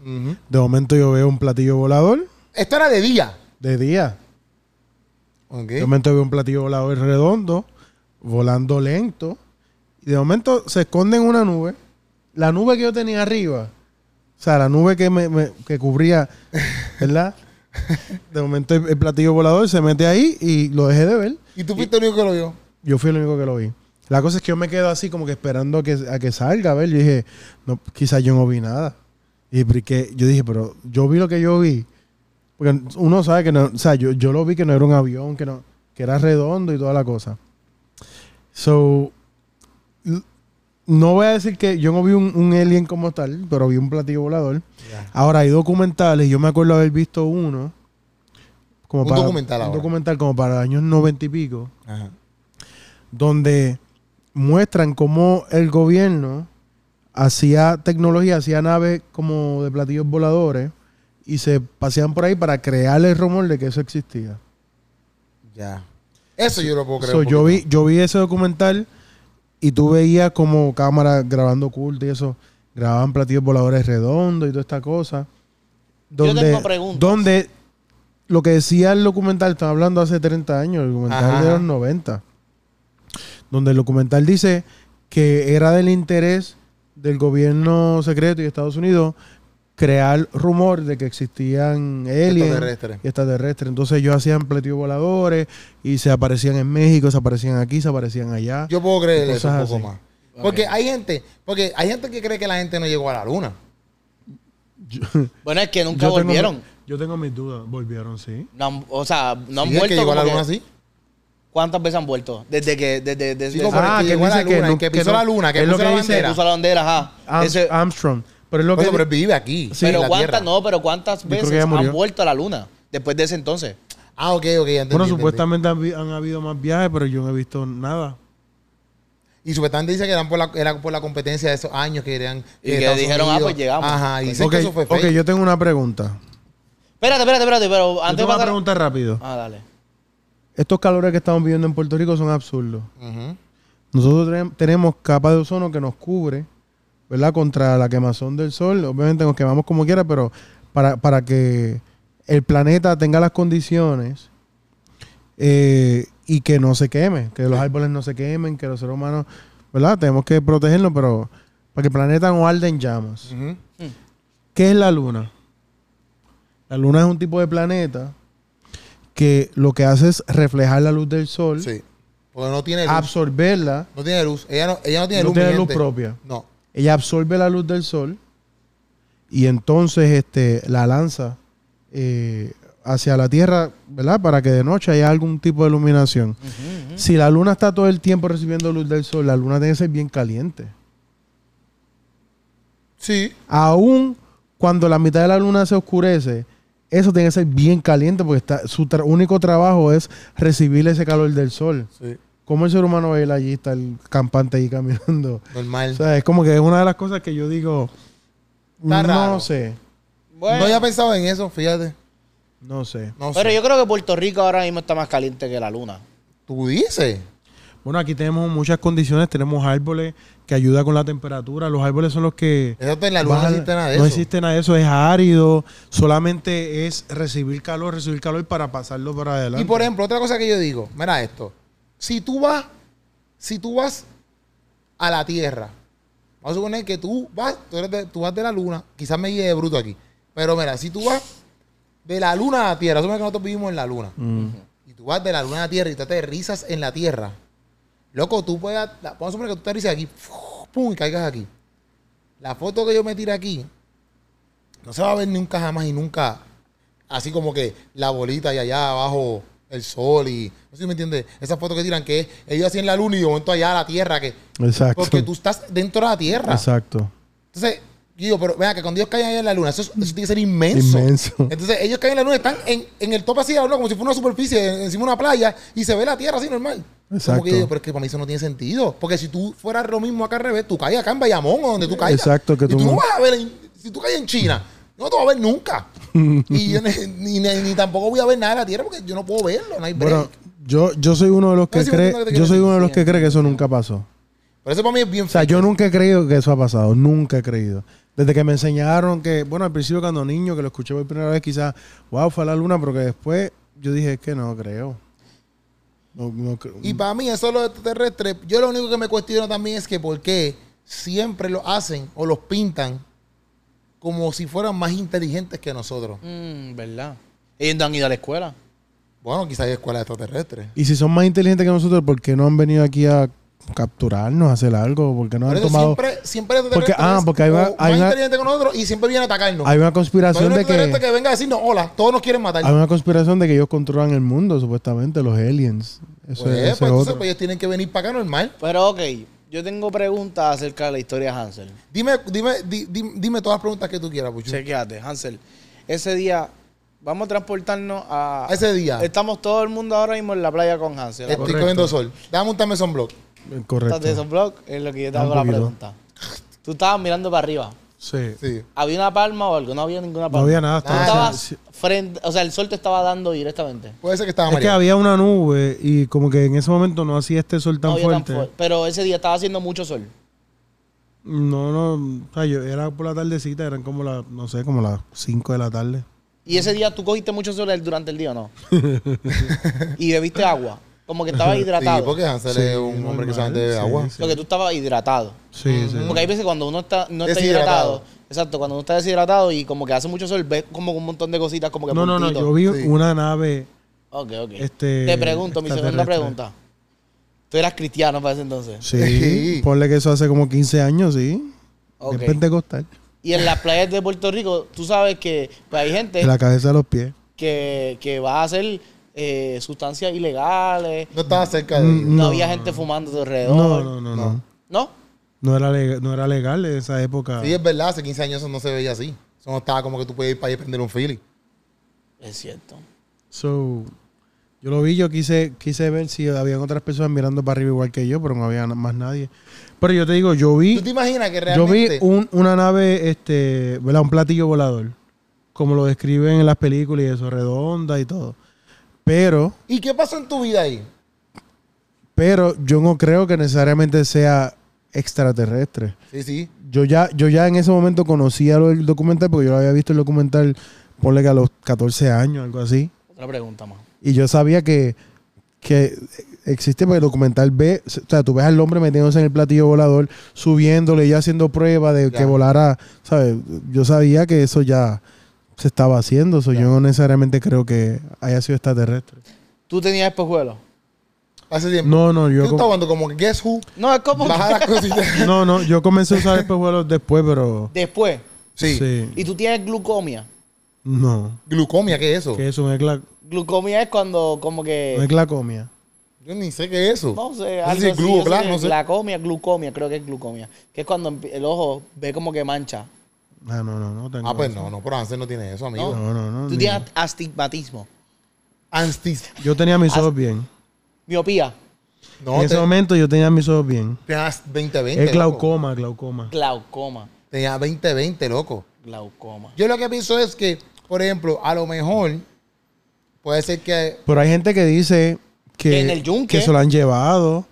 De momento yo veo un platillo volador
Esto era de día.
de día.
Ok.
De momento veo un platillo volador redondo, volando lento. Y de momento se esconde en una nube. La nube que yo tenía arriba, o sea, la nube que me, me- que cubría, ¿verdad? De momento el, el platillo volador se mete ahí y lo dejé de ver.
Y tú fuiste el único que lo vio.
Yo fui el único que lo vi. La cosa es que yo me quedo así como que esperando a que, a que salga, a ver. Yo dije, no, quizás yo no vi nada. Y porque yo dije, pero yo vi lo que yo vi. Porque uno sabe que no, o sea, yo, yo lo vi que no era un avión, que no, que era redondo y toda la cosa. So, l- no voy a decir que yo no vi un, un alien como tal, pero vi un platillo volador. Ahora hay documentales, yo me acuerdo haber visto uno. Como
Un
para,
documental
Un
ahora.
documental como para los años noventa y pico
Ajá.
donde muestran cómo el gobierno hacía tecnología, hacía naves como de platillos voladores y se paseaban por ahí para crear el rumor de que eso existía.
Ya. Eso yo lo puedo creer.
So,
un
yo, vi,
poquito.
yo vi ese documental y tú veías como cámaras grabando oculto y eso, grababan platillos voladores redondos y toda esta cosa.
Yo
Donde,
tengo preguntas.
donde lo que decía el documental, estamos hablando hace 30 años, el documental
Ajá.
de los 90, donde el documental dice que era del interés del gobierno secreto y de Estados Unidos crear rumor de que existían aliens
Extraterrestres.
y extraterrestres. Entonces ellos hacían platillos voladores y se aparecían en México, se aparecían aquí, se aparecían allá.
Yo puedo creer eso un
Cosas
poco
así.
más. Porque hay gente, porque hay gente que cree que la gente no llegó a la luna.
Bueno, es que nunca
Yo tengo-
volvieron.
yo tengo mis dudas. Volvieron, sí.
No han- o sea, no han
¿Sí es
vuelto.
que llegó a la
como
luna
que-
así?
¿Cuántas veces han vuelto? Desde que. Desde, desde,
Digo,
desde-
pero es
ah,
que
que
llegó a la
dice que
luna,
no-
que
que
pisó
no-
la luna, que
es lo
puso la
que dice,
bandera.
puso la bandera, ajá.
Am-
Ese-
Armstrong. Pero es lo
Por
que.
eso, pero él
di-
vive aquí.
Sí.
en
pero
la
cuántas,
Tierra.
no, pero cuántas
Yo creo que
veces
ya
han
murió.
vuelto a la luna después de ese entonces.
Ah, ok, ok. ya entendí,
bueno,
entendí.
supuestamente han, vi- han habido más viajes, pero yo no he visto nada.
Y supuestamente dice que eran por la, era por la competencia de esos años que eran.
Y
eh,
que
Estados
dijeron, ah, pues llegamos.
Ajá, y dicen
ok,
que eso fue
ok,
fake.
yo tengo una pregunta.
Espérate, espérate, espérate, pero
Yo
antes
tengo
de
una
pasar-
pregunta rápido.
Ah, dale.
Estos calores que estamos viviendo en Puerto Rico son absurdos.
Ujú.
Nosotros tenem- tenemos capa de ozono que nos cubre, ¿verdad? Contra la quemazón del sol. Obviamente nos quemamos como quiera, pero para, para que el planeta tenga las condiciones eh, y que no se queme, que los árboles no se quemen, que los seres humanos, ¿verdad? Tenemos que protegernos, pero para que el planeta no arde en llamas.
Ujú.
¿Qué es la luna? La luna es un tipo de planeta que lo que hace es reflejar la luz del sol,
Sí. Porque no tiene luz.
absorberla.
no tiene luz. Ella no, ella no tiene
No
luz.
tiene
mi
luz
gente.
propia.
No.
ella absorbe la luz del sol y entonces este, la lanza eh, hacia la Tierra, ¿verdad? Para que de noche haya algún tipo de iluminación. Si la luna está todo el tiempo recibiendo luz del sol, la luna tiene que ser bien caliente.
Sí.
Aún cuando la mitad de la luna se oscurece, eso tiene que ser bien caliente porque está, su tra- único trabajo es recibir ese calor del sol.
Sí.
¿Cómo el ser humano va a ir allí, está el campante ahí caminando?
Normal.
O sea, es como que es una de las cosas que yo digo,
Está
no
raro.
sé,
No
Bueno,
había pensado en eso, fíjate.
no sé.
No
pero
sé.
yo creo que Puerto Rico ahora mismo está más caliente que la luna.
Tú dices.
Bueno, aquí tenemos muchas condiciones, tenemos árboles que ayuda con la temperatura. Los árboles son los que
Exacto, en la luna no
bajan-
existe nada de
no
eso.
existe nada de eso, es árido, solamente es recibir calor, recibir calor para pasarlo para adelante.
Y por ejemplo, otra cosa que yo digo, mira esto. Si tú vas, si tú vas a la Tierra, vamos a suponer que tú vas, tú, eres de- tú vas de la Luna, quizás me guíe de bruto aquí, pero mira, si tú vas de la Luna a la Tierra, asume que nosotros vivimos en la Luna,
Mm,
y tú vas de la Luna a la Tierra y te aterrizas en la Tierra, loco, tú puedes, la- vamos a suponer que tú te aterrizas aquí, pum, y caigas aquí. La foto que yo me tire aquí, no se va a ver nunca jamás y nunca así como que la bolita y allá abajo el sol y no sé si me entiendes esas fotos que tiran que es ellos así en la luna y de momento allá la tierra que
Exacto.
porque tú estás dentro de la tierra
Exacto.
entonces yo digo pero vea que cuando ellos caen allá en la luna eso, es- eso tiene que ser inmenso
Inmenso.
entonces ellos caen en la luna están en, en el tope así de la luna como si fuera una superficie en- encima de una playa y se ve la tierra así normal
Exacto.
Como que yo digo, pero es que para mí eso no tiene sentido. Porque si tú fueras lo mismo acá al revés, tú caes acá en Bayamón o donde tú caes.
Exacto, que
y
tú
tú no
no-
vas a ver, en- si tú caes en China, no te vas a ver nunca. y yo ni, ni- ni- ni tampoco voy a ver nada de la tierra porque yo no puedo verlo, no hay break.
Bueno, yo, yo soy uno de los que
sí,
cree,
entiendo lo que te
yo
quiero
soy uno de los
decir,
que cree que eso nunca pasó.
pero eso para mí es bien
O sea, yo nunca he creído que eso ha pasado, nunca he creído. Desde que me enseñaron que, bueno, al principio cuando niño, que lo escuché por primera vez, quizás, wow, fue a la luna, pero que después yo dije, es que no creo. No, no creo.
Y para mí, eso de los extraterrestres, yo lo único que me cuestiono también es que por qué siempre lo hacen o los pintan como si fueran más inteligentes que nosotros.
Mm, ¿Verdad? Ellos no han ido a la escuela.
Bueno, quizás hay escuelas extraterrestres.
Y si son más inteligentes que nosotros, ¿por qué no han venido aquí a capturarnos, a hacer algo? ¿Por qué no
Por
han
eso
tomado...?
siempre, siempre hay
Porque- ah,
extraterrestres
porque hay una-
o
hay
más
una-
inteligentes que nosotros y siempre vienen a atacarnos.
Hay una
Pero hay
conspiración
un
de que... Ah,
extraterrestre que venga a decirnos, hola, todos nos quieren matar.
Hay una conspiración de que ellos controlan el mundo, supuestamente, los aliens. Eso
Pues,
es- eso
pues,
es
entonces
otro.
pues, ellos tienen que venir para acá normal.
Pero ok, yo tengo preguntas acerca de la historia de Hansel.
Dime, dime, di- di- dime todas las preguntas que tú quieras, Puchu.
Chequeate, Hansel. Ese día, vamos a transportarnos a...
Ese día
Estamos todo el mundo ahora mismo en la playa con Hansel.
estoy
Correcto.
cogiendo sol. Dame un tamezón block.
Eh,
Estás de
Correcto.
esos blogs es lo que yo te
Un
hago la
poquito.
pregunta. Tú estabas mirando para arriba.
Sí.
Sí.
¿Había una palma o algo? No había ninguna
No
palma.
había nada.
Tú
estaba-
estabas
sí.
frente, o sea, el sol te estaba dando directamente.
Puede ser que estaba
Es que
mareado.
había una nube y como que en ese momento no hacía este sol tan
No había
fuerte.
fuerte. Pero ese día estaba haciendo mucho sol.
no, no, o sea, yo- era por la tardecita, eran como las, no sé, como las 5 de la tarde.
Y ese día tú cogiste mucho sol el- durante el día, ¿o ¿no? y bebiste agua. Como que estabas hidratado.
Sí, porque Hansel
Sí,
es un hombre que
normal,
solamente bebe
sí,
agua.
sí.
Lo que tú estabas hidratado.
Sí, sí.
Porque hay veces cuando uno está, no está
Deshidratado.
hidratado. Exacto, cuando uno está deshidratado y como que hace mucho sol, ves como un montón de cositas, como que
No, no, no,
puntitos.
yo vi
Sí.
una nave.
Ok, ok.
Este,
Te pregunto, mi segunda
extraterrestre.
pregunta. Tú eras cristiano para ese entonces.
Sí,
Sí.
ponle que eso hace como 15 años, sí.
Ok.
Es pentecostal.
Y en las playas de Puerto Rico, tú sabes que pues, hay
De
gente
la cabeza a los pies.
que, que va a hacer eh, sustancias ilegales.
No estaba cerca de
Mm,
ellos.
No,
No.
había gente fumando a tu alrededor.
No, no, no, no.
No.
¿No?
No era, legal, no era legal en esa época.
Sí, es verdad, hace 15 años eso no se veía así. Eso no estaba como que tú podías ir para allá y prender un fili.
Es cierto.
So, yo lo vi, yo quise, quise ver si habían otras personas mirando para arriba igual que yo, pero no había na- más nadie. Pero yo te digo, yo
¿Tú te
vi,
imaginas que
yo vi
realmente...
un- una nave, este, ¿verdad? Un platillo volador, como lo describen en las películas y eso, redonda y todo. Pero,
¿Y qué pasó en tu vida ahí?
pero yo no creo que necesariamente sea extraterrestre.
Sí, sí.
Yo ya, yo ya en ese momento conocía lo del documental, porque yo lo había visto el documental, ponle que a los 14 años, algo así.
Otra pregunta más.
Y yo sabía que, que existe porque el documental ve, o sea, tú ves al hombre metiéndose en el platillo volador, subiéndole y haciendo prueba de que
Ya.
volara, ¿sabes? Yo sabía que eso ya se estaba haciendo, so yo no necesariamente creo que haya sido extraterrestre.
¿Tú tenías espejuelos?
Hace tiempo.
No, no,
Yo
yo
estaba
com-
hablando como que Guess Who.
No, es como que-
Bajar las cositas.
no, no, yo comencé a usar espejuelos después, pero
después.
Sí.
Y tú tienes glucomia.
No,
Glucomia, ¿qué es eso?
que eso no es gla-
Glucomia es cuando como que...
Eh.
no es glacomia.
Yo ni sé qué es eso.
No sé,
No sé
algo
si
así,
gluco,
yo sé
plan,
que
no sé.
Glacomia, glucomia, creo que es glucomia. Que es cuando empie- el ojo ve como que mancha.
Ah, no, no, no tengo.
Ah, pues
eso.
no, no, pero Hansel no tiene eso, amigo.
No, no, no.
Tú
ni-
tienes astigmatismo,
Anstis.
Yo tenía mis ojos bien.
miopía,
ah, No,
en ese
te-
momento yo tenía mis ojos bien.
tenías 2020. loco.
Es glaucoma, glaucoma.
glaucoma,
Tenías 2020, loco.
glaucoma.
Yo lo que pienso es que, por ejemplo, a lo mejor puede ser que.
Pero hay gente que dice que,
En el yunque.
que se lo han llevado,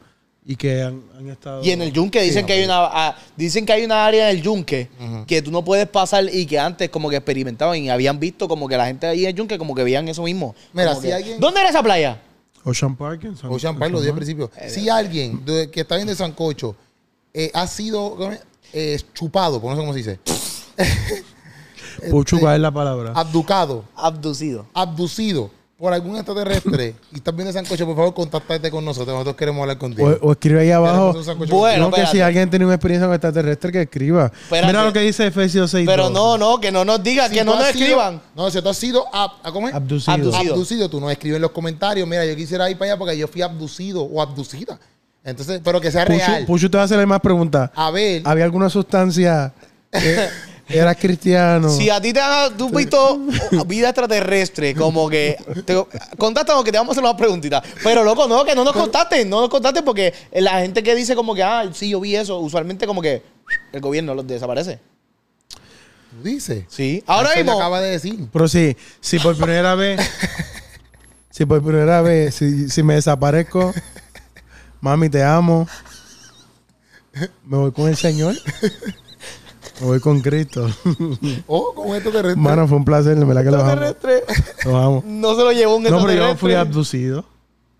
y que han, han estado.
Y en el yunque dicen que hay una ah, dicen que hay una área en el yunque que tú no puedes pasar y que antes como que experimentaban y habían visto como que la gente ahí en el yunque como que veían eso mismo.
Mira,
Como
si
que,
alguien-
¿Dónde era esa playa?
Ocean Park. en San-
Ocean Park lo dije al
Park.
principio. Si alguien de- que está viendo el sancocho eh, ha sido eh, chupado, por no sé cómo se dice,
Este,
Puchuca es la palabra.
ah,
abducado,
Abducido.
abducido por algún extraterrestre y estás viendo el sancocho, por favor, contáctate con nosotros. Nosotros queremos hablar
O,
contigo.
o escribe ahí abajo.
Queremos un sancocho
pues, Bueno,
no, que
espérate.
si alguien tiene una experiencia con extraterrestre, que escriba. Mira
Espérate.
lo que dice Efesios 6.
Pero no, no, que no nos digan,
Si
que
tú
no
has
nos
sido-
escriban.
No, si tú has sido ab- ah, ¿cómo es?
Abducido.
Abducido.
abducido, tú no escribes en los comentarios, mira, yo quisiera ir para allá porque yo fui abducido o abducida. Entonces, pero que sea real.
Puchu, Puchu te va a hacer la más pregunta.
A ver,
¿Había alguna sustancia? que ¿Eras cristiano?
Si a ti te han tú has visto vida extraterrestre, como que te, contáctanos que te vamos a hacer unas preguntitas. Pero loco, no, que no nos contacten, no nos contacten porque la gente que dice como que, ah, sí, yo vi eso, usualmente como que el gobierno los desaparece.
tú dices.
Sí. Ahora
Eso le
mismo,
acaba de decir.
Pero si, si por primera vez, si por primera vez, si, si me desaparezco, mami, te amo. Me voy con el Señor. Me voy con Cristo.
Oh, con esto te
Mano, fue un placer, de verdad que los amo.
extraterrestre,
Los amo.
no se lo llevó un
No, pero yo fui
pues.
extraterrestre.
abducido.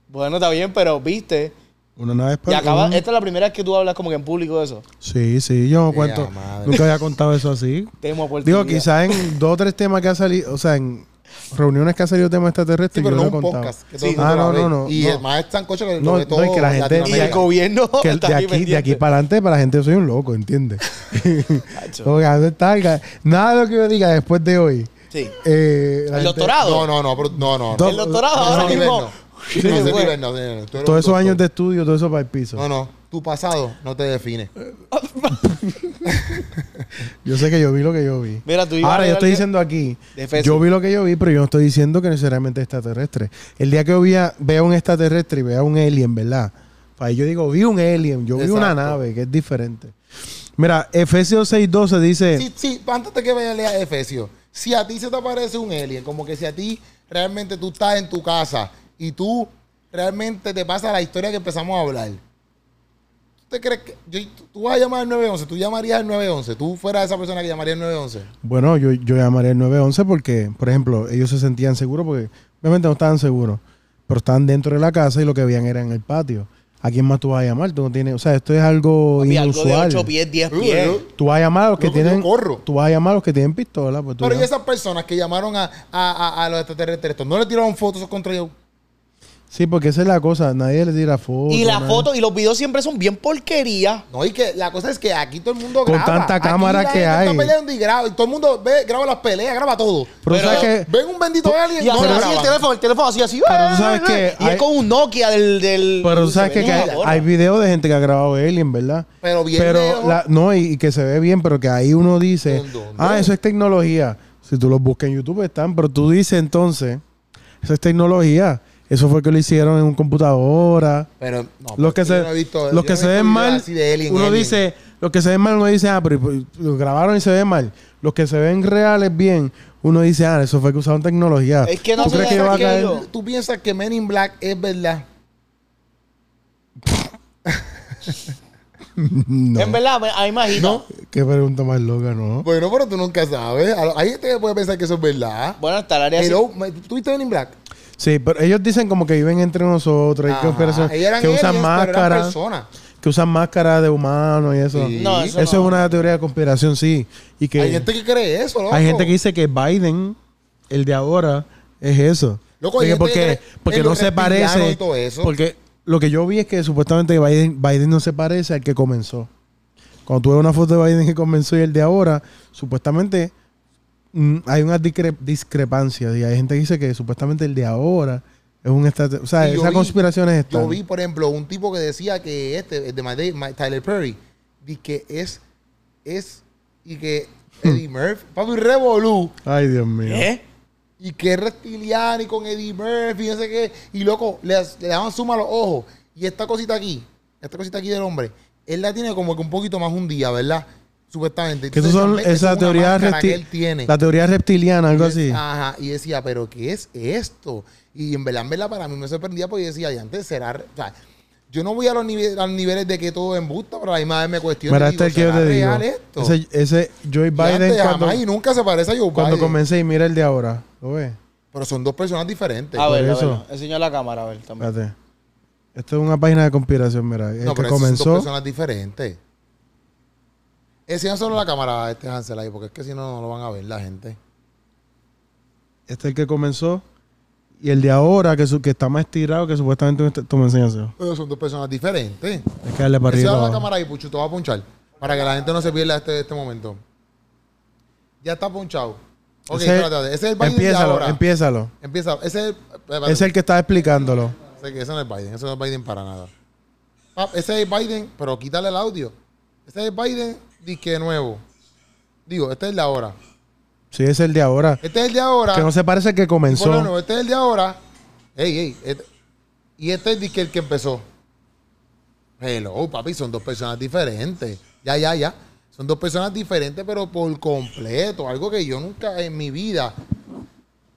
bueno, está bien, pero viste.
Una nave
Y
espacial.
acaba, esta es la primera vez que tú hablas como que en público de eso.
Sí, sí, yo no
Ya,
cuento.
madre.
Nunca había contado eso así.
Temo
Digo,
oportunidad.
quizás en dos o tres temas que ha salido, o sea, en reuniones que ha salido tema extraterrestre,
Sí, pero
yo
no
lo
un
he contado.
podcast. que
Sí.
todo el mundo
Ah,
lo
no,
ve.
no, no,
Y
no.
el más sancocho que
No,
lo ve
no,
todo
y que la gente-
Y el
Latinoamérica.
gobierno
que
está
de
ahí
aquí, de aquí
pendiente.
para adelante, para la gente yo soy un loco, ¿entiendes?
Cacho.
Como que a veces targa. Nada de lo que yo diga después de hoy.
Sí.
eh, la
El
gente-
doctorado.
No, no, no, pero- no, no.
Do-
no.
El doctorado ahora
Ese nivel
mismo.
no. No, ese nivel no, ese nivel no. Tú eres un
Todos esos
doctor.
años de estudio, todo eso para el piso.
Ah.
No, no. Tu pasado no te define.
Eh. Yo sé que yo vi lo que yo vi.
Mira, tú ibas
Ahora
a
yo
leer
estoy
algo-
diciendo aquí,
De Efesios.
yo vi lo que yo vi, pero yo no estoy diciendo que necesariamente extraterrestre. El día que yo vea, vea un extraterrestre y vea un alien, ¿verdad? Para yo digo, vi un alien, yo vi una
Exacto.
nave, que es diferente. Mira, Efesios 6.12 dice...
Sí, sí, antes de que vaya a leer Efesios, si a ti se te aparece un alien, como que si a ti realmente tú estás en tu casa y tú realmente te pasa la historia que empezamos a hablar. ¿Tú te crees que yo- tú vas a llamar al 911? ¿Tú llamarías al 911? ¿Tú fueras esa persona que llamaría al 911?
Bueno, yo, yo llamaría al 911 porque, por ejemplo, ellos se sentían seguros porque obviamente no estaban seguros, pero estaban dentro de la casa y lo que veían era en el patio. ¿A quién más tú vas a llamar? Tú no tienes, o sea, esto es algo
Papi, algo de
inusual.
8 pies, 10 pies.
Yo-
tú vas a llamar a los que
Loco, yo
tienen
corro.
tú vas a llamar a los que tienen pistola, pues tú
Pero y
llamas.
esas personas que llamaron a, a- a- a los extraterrestres, ¿no le tiraron fotos contra ellos?
Sí, porque esa es la cosa, nadie le tira fotos.
Y la
nada.
foto y los videos siempre son bien porquería.
No, y que la cosa es que aquí todo el mundo
Con
graba.
tanta
Aquí
cámara
la
que
gente
hay.
Está peleando y graba. Y todo el mundo ve, graba las peleas, graba todo.
Pero,
Pero-
sabes que
Ven un bendito alien
Y hacen
lo
así el
graban.
teléfono, el teléfono así, así.
Pero tú sabes que
Y es
hay-
con un Nokia del. del
pero tú
se
sabes que,
ve
que
bien
hay,
la gorra.
hay videos de gente que ha grabado alien, ¿verdad?
Pero bien
Pero
lejos.
la- no y, y que se ve bien, pero que ahí uno dice,
¿En dónde?
ah, eso es tecnología. Si tú los buscas en YouTube están, pero tú dices entonces, eso es tecnología. Eso fue que lo hicieron en un computadora.
Pero no,
los que
yo
se,
no he visto- yo
los
no
que
he
se
visto
ven
videos
mal,
así de alien,
uno
alien.
dice, los que se ven mal, uno dice, ah, pero pero, lo grabaron y se ve mal. Los que se ven reales bien, uno dice, ah, eso fue que usaron tecnología.
Es que no
¿Tú
se
crees
ve
que va a caer?
aquello.
¿Tú piensas que Men in Black es verdad?
No.
En verdad, me, ahí imagino.
Qué pregunta más loca, ¿no?
Bueno, pero tú nunca sabes. A- Hay gente que puede pensar que eso es verdad.
Bueno, hasta el área así.
Hello, ma- ¿tú viste Men in Black?
Sí, pero ellos dicen como que viven entre nosotros, hay
Ajá.
conspiraciones,
Ellos eran
Pues, que usan
aliens, pero eran
máscaras,
personas.
que usan máscaras de humanos y eso.
Sí.
No,
eso
eso, no.
es una teoría de conspiración, sí. Y que
Hay gente que cree eso, loco.
Hay gente que dice que Biden, el de ahora, es eso.
Loco, hay
porque
gente que
porque,
cree
porque
en
no
los
se
reptilianos
parece.
y todo eso.
Porque lo que yo vi es que supuestamente Biden, Biden no se parece al que comenzó. Cuando tuve una foto de Biden que comenzó y el de ahora, supuestamente mm, hay una discre- discrepancia. Y hay gente que dice que supuestamente el de ahora es un extraterrestre. O sea,
Y yo
esas
vi-
conspiraciones están.
Yo vi, por ejemplo, un tipo que decía que este, el de My Day- My- Tyler Perry, y que es, es, y que Eddie
Hmm.
Murphy, papi Revolú,
Ay, Dios mío.
¿Eh?
y que es reptiliano y con Eddie Murphy, no sé qué, y loco, le, le daban suma a los ojos. Y esta cosita aquí, esta cosita aquí del hombre, él la tiene como que un poquito más un día, ¿verdad? Supuestamente.
Que eso
Entonces,
son
esa es
esa
una
teoría
máscara que
reptil-
él tiene.
la teoría reptiliana, algo así.
Ajá, y decía, pero ¿qué es esto? Y en verdad, en verdad, para mí me sorprendía porque yo decía, y antes será, re- o sea, Yo no voy a los, nive- a los niveles de que todo es embusta, pero la misma vez me cuestiono. y
Mira, este es el que yo
¿será
te digo.
real esto?
Ese, ese Joe
Y antes
Biden cuando,
jamás y nunca se parece a Joe
cuando
Biden.
comencé y mira el de ahora. ¿Lo ves?
Pero son dos personas diferentes.
A
por
ver, a
eso.
ver. Enseñó la cámara, a ver también.
Espérate. Esta es una página de conspiración, mira. El
no,
Eh, que
pero esas son
comenzó.
dos personas diferentes. Enseñan solo la cámara a este Hansel ahí, porque es que si no, no lo van a ver la gente.
Este es el que comenzó. Y el de ahora, que, su- que está más estirado, que supuestamente está- toma enseñanza.
Pero son dos personas diferentes.
Hay que darle para arriba.
Enseñan la
abajo.
cámara ahí, Puchu, te va a punchar. Para que la gente no se pierda este, este momento. Ya está punchado. Ok, espérate,
Ese-
espérate. Ese es el Biden de
Empiézalo,
ahora.
empiézalo.
Empieza. Ese es, espérate.
Es el que está explicándolo.
Ese que- ese no es Biden, ese no es Biden para nada. Pap, ese es Biden, pero quítale el audio. Ese es Biden, disque nuevo. Digo, este es el de ahora.
Sí, es el de ahora.
Este es el de ahora.
Que no se parece al que
Por lo
comenzó.
menos, este es el de ahora. Ey, ey. este- y este es disque el que empezó. Hello, papi, son dos personas diferentes. Ya, ya, ya. Son dos personas diferentes, pero por completo. Algo que yo nunca en mi vida.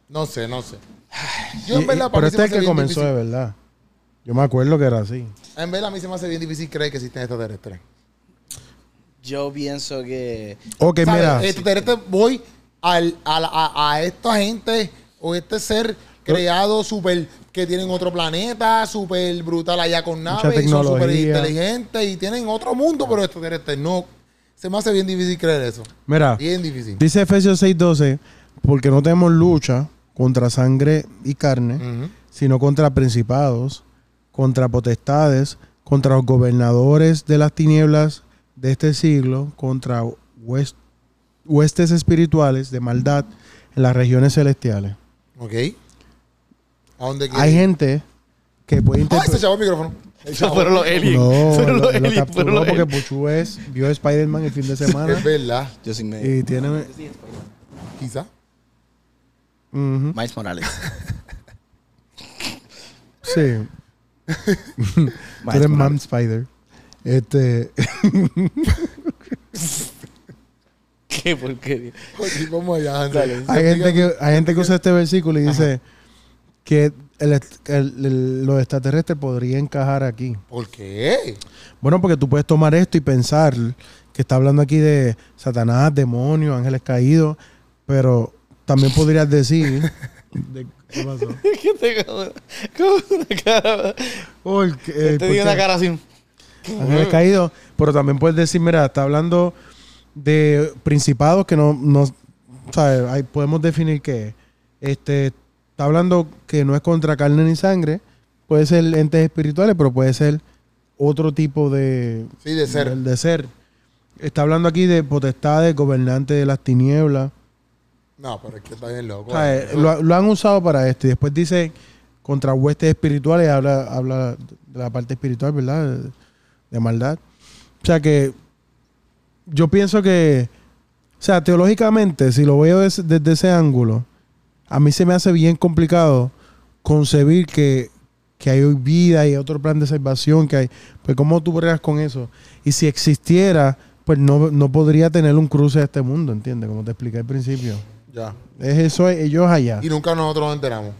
No sé, no sé. Yo
Y- y-
en verdad,
pero
para mí se me
este es el
hace
que
bien
comenzó
difícil-
de verdad. Yo me acuerdo que era así.
En verdad, a mí se me hace bien difícil creer que existen extraterrestres.
Yo pienso que.
Ok,
¿Sabes? Eh,
mira.
Extraterrestres, voy al, a, la- a- a esta gente o este ser creado súper que tienen otro planeta, súper brutal allá con naves,
Mucha
y son súper
tecnología.
inteligentes y tienen otro mundo, pero extraterrestres no. Se me hace bien difícil creer eso.
Mira.
Bien difícil.
Dice Efesios 6:12, porque no tenemos lucha contra sangre y carne,
Ujú.
sino contra principados, contra potestades, contra los gobernadores de las tinieblas de este siglo, contra hues- huestes espirituales de maldad en las regiones celestiales.
Ok. ¿A dónde quieres
Hay
ir?
gente pues. que puede
¡Ay, Oh, se
interpretar...
echó el micrófono! El chavo.
Fueron los aliens.
No,
Fueron
lo-
los
lo
aliens.
capturó
Fueron los
porque
aliens.
Puchu es- vio Spider-Man el fin de semana
Es verdad,
Yo sin medio.
y tiene...
quizá.
Ujú.
Miles Morales.
Sí. Tú eres Mam Spider. Este.
¿Qué porquería?
Oye, Vamos allá, Hansel.
Hay gente, que, hay gente que usa este versículo y dice que el est- el- el- los extraterrestres podrían encajar aquí.
¿Por qué?
Bueno, porque tú puedes tomar esto y pensar que está hablando aquí de Satanás, demonios, ángeles caídos, pero también podrías decir. de- ¿Qué pasó?
¿Qué te ¿Cómo una cara?
Porque,
Te
eh,
di
porque-
Este una cara así.
Ángeles caídos. Pero también puedes decir, mira, está hablando de principados que no, no ¿sabes? Ahí podemos definir que es. este está hablando que no es contra carne ni sangre. Puede ser entes espirituales, pero puede ser otro tipo de,
Sí, de ser.
de ser. Está hablando aquí de potestades, gobernantes de las tinieblas.
No, pero es que está bien loco.
O sea, eh, lo, lo han usado para esto. Y después dice contra huestes espirituales, habla, habla de la parte espiritual, ¿verdad? De, de maldad. O sea que yo pienso que, o sea, teológicamente, si lo veo des- desde ese ángulo, a mí se me hace bien complicado concebir que, que hay vida y otro plan de salvación que hay. Pues ¿cómo tú bregas con eso? Y si existiera, pues no, no podría tener un cruce a este mundo, ¿entiendes? Como te expliqué al principio.
Ya.
Es eso, ellos allá.
Y nunca nosotros nos enteramos.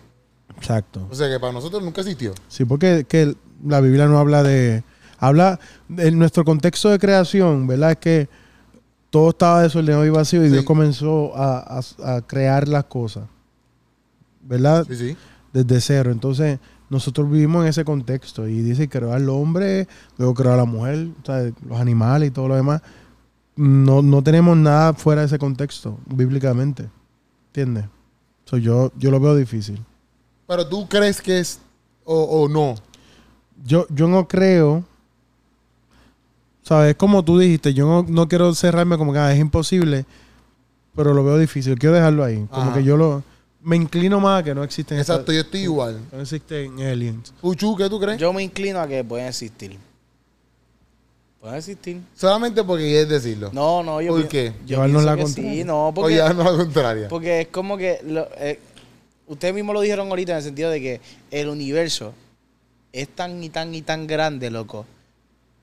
Exacto.
O sea que para nosotros nunca existió.
Sí, porque que la Biblia no habla de. Habla. En nuestro contexto de creación, ¿verdad? Es que todo estaba desordenado y vacío y
Sí.
Dios comenzó a, a- a crear las cosas. ¿Verdad?
Sí, sí.
Desde cero. Entonces, nosotros vivimos en ese contexto y dice: creó al hombre, luego creó a la mujer, o sea, los animales y todo lo demás. No, no tenemos nada fuera de ese contexto, bíblicamente. ¿Entiendes? So, yo, yo lo veo difícil.
Pero tú crees que es o, o no.
yo, yo no creo. ¿Sabes? Como tú dijiste, yo no, no quiero cerrarme como que ah, es imposible, pero lo veo difícil. Quiero dejarlo ahí. Como
Ajá.
que yo lo. Me inclino más a que no existen. estas-
Exacto, yo estoy igual.
No existen aliens.
Puchu, ¿qué tú crees?
Yo me inclino a que pueden existir. Pueden existir.
Solamente porque quieres decirlo.
No, no, yo.
¿Por
pi-
qué?
Yo
Llevarnos
pienso
la
que
contraria.
Sí, no,
o
porque.
ya no, la contraria.
Porque es como que. lo- eh, ustedes mismos lo dijeron ahorita en el sentido de que el universo es tan y tan y tan grande, loco.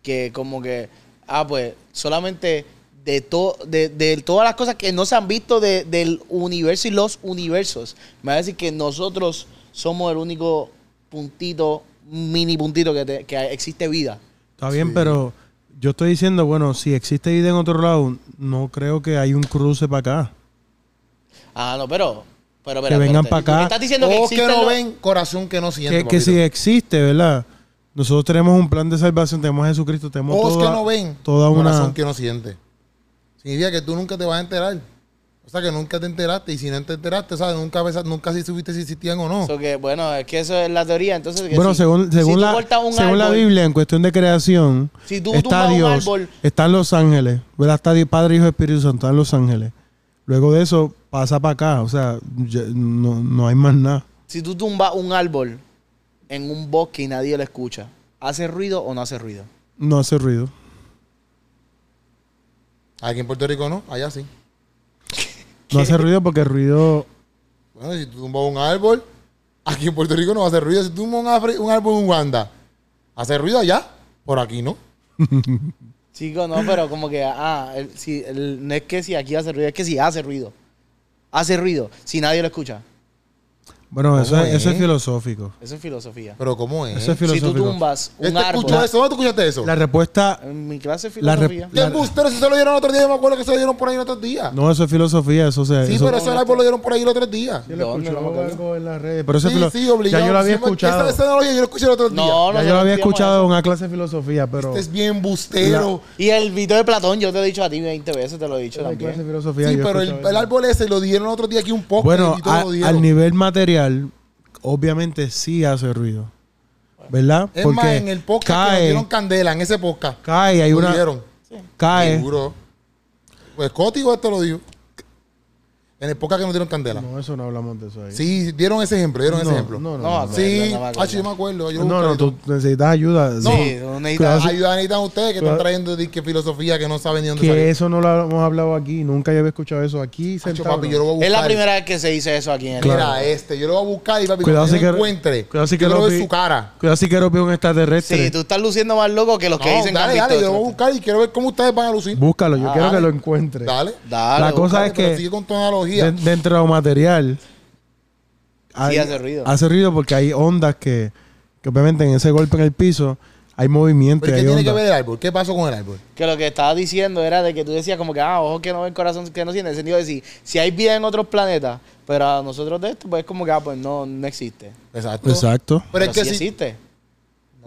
Que como que. Ah, pues solamente de, to- de, de todas las cosas que no se han visto de- del universo y los universos. Me va a decir que nosotros somos el único puntito mini puntito que, te- que existe vida.
Está bien,
Sí.
pero yo estoy diciendo, bueno, si existe vida en otro lado, no creo que hay un cruce para acá.
Ah, no, pero. pero,
Que vengan pa' acá.
Estás diciendo que
Ojos Oh, que
existen
no
los-
ven, corazón que no siente.
Que, que si existe, ¿verdad? Nosotros tenemos un plan de salvación, tenemos a Jesucristo, tenemos
Ojos
toda,
que no ven,
toda
corazón
una...
que no siente. Significa que tú nunca te vas a enterar. O sea, que nunca te enteraste. Y si no te enteraste, ¿sabes? Nunca, pensa- nunca si supiste si existían o no.
So que, bueno, es que eso es la teoría. Entonces, que
Oh. Bueno,
si-
según,
si
según,
tú
la,
cortas un
según la
árbol-
Biblia, en cuestión de creación,
Si tú
está
tumbas un
Dios,
árbol-
están los ángeles, ¿verdad? Está Dios, Padre, Hijo, Espíritu Santo, están los ángeles. Luego de eso, pasa para acá, o sea, ya- no, no hay más nada.
Si tú tumbas un árbol en un bosque y nadie lo escucha, ¿hace ruido o no hace ruido?
No hace ruido.
Aquí en Puerto Rico no, allá sí.
No hace ruido porque el ruido
Bueno, si tú tumbas un árbol, aquí en Puerto Rico no va a hacer ruido. Si tú tumbas un, afri- un árbol en Uganda, hace ruido allá, por aquí no.
Chico, no, pero como que, ah, el- si, el- no es que si aquí hace ruido, es que si hace ruido. Hace ruido, si nadie lo escucha.
Bueno, eso
¿Cómo
es, eso es
es?
filosófico.
Eso es filosofía.
Pero ¿cómo es?
Eso es
Si tú
filosófico.
tumbas un
¿Este
árbol.
escuchó eso? ¿Dónde tú escuchaste eso?
La respuesta...
En mi clase de
La rep-
filosofía.
¿Qué embustero? Si se lo dieron otro día, yo me acuerdo que se lo dieron por ahí el otro día.
No, eso es filosofía, eso se...
sí,
eso-
pero ese árbol lo dieron por ahí el otro día.
Yo lo
¿Dónde?
escuché
No me acuerdo.
algo en las redes, pero eso es
sí,
filo-
sí, obligado.
ya yo lo había
Sí, porque
escuchado.
Esa, esa analogía yo lo escuché el otro día.
No,
ya
no
yo lo había
sentíamos
escuchado
eso.
en una clase de filosofía, pero...
Este es bien bustero.
Y el Vito de Platón, yo te lo he dicho a ti 20 veces, te lo he dicho
en clase de
también.
filosofía
sí,
yo he
pero el,
escuchado
el
eso.
árbol ese lo dieron el otro día aquí un poco.
Bueno,
y todo
a-
lo dieron.
al nivel material, obviamente sí hace ruido, ¿verdad?
Es más, en el podcast que nos
cae,
dieron candela, en ese podcast.
cae, hay
lo
una...
dieron.
Cae.
Seguro. Pues Coti o esto lo dijo. En el podcast que nos dieron candela.
No, eso no hablamos de eso ahí.
Sí, dieron ese ejemplo, dieron ese
No,
ejemplo.
No, no,
No,
no.
no.
no.
Sí,
No me acuerdo.
ah, sí, yo me acuerdo. Yo
No,
busqué
no,
y
tú
todo.
necesitas ayuda.
No.
sí.
Sí, tú necesitas
Clase-
Ayudan, necesitan ustedes que
Claro.
están trayendo di que filosofía que no saben ni dónde
Que
salió.
eso no lo hemos hablado aquí. Nunca yo había escuchado eso aquí.
Hacho,
sentado,
papi,
no.
yo lo voy a buscar.
Es la primera vez que se dice eso aquí en el
Mira
Claro.
este, yo lo voy a buscar y papi,
Cuidado
cuando
si
yo lo
que-
encuentre,
cuidado si
yo
que
lo
lo
veo en
pi-
su cara.
Cuidado si quiero ver un extraterrestre.
Sí, tú estás luciendo más loco que los que
No,
dicen que han
dale,
visto
dale, yo lo voy a
esto.
buscar y quiero ver cómo ustedes van a lucir.
Búscalo, yo
Ah,
quiero que
dale.
lo encuentre.
Dale.
Dale,
La cosa
búscalo.
Dale,
es
pero
que-
sigue con tu analogía.
De- dentro de lo material. hay-
hace ruido.
Hace ruido porque hay ondas que, que obviamente en ese golpe en el piso hay movimiento y
Pero ¿qué
hay
tiene que
onda.
ver el árbol? ¿Qué pasó con el árbol?
que lo que estaba diciendo era de que tú decías como que, ah, ojos que no ven, corazón que no siente. En el sentido de decir, si hay vida en otros planetas, pero a nosotros de esto, pues es como que, ah, pues no, no existe.
Exacto.
Exacto.
Pero es que
sí
si-
existe.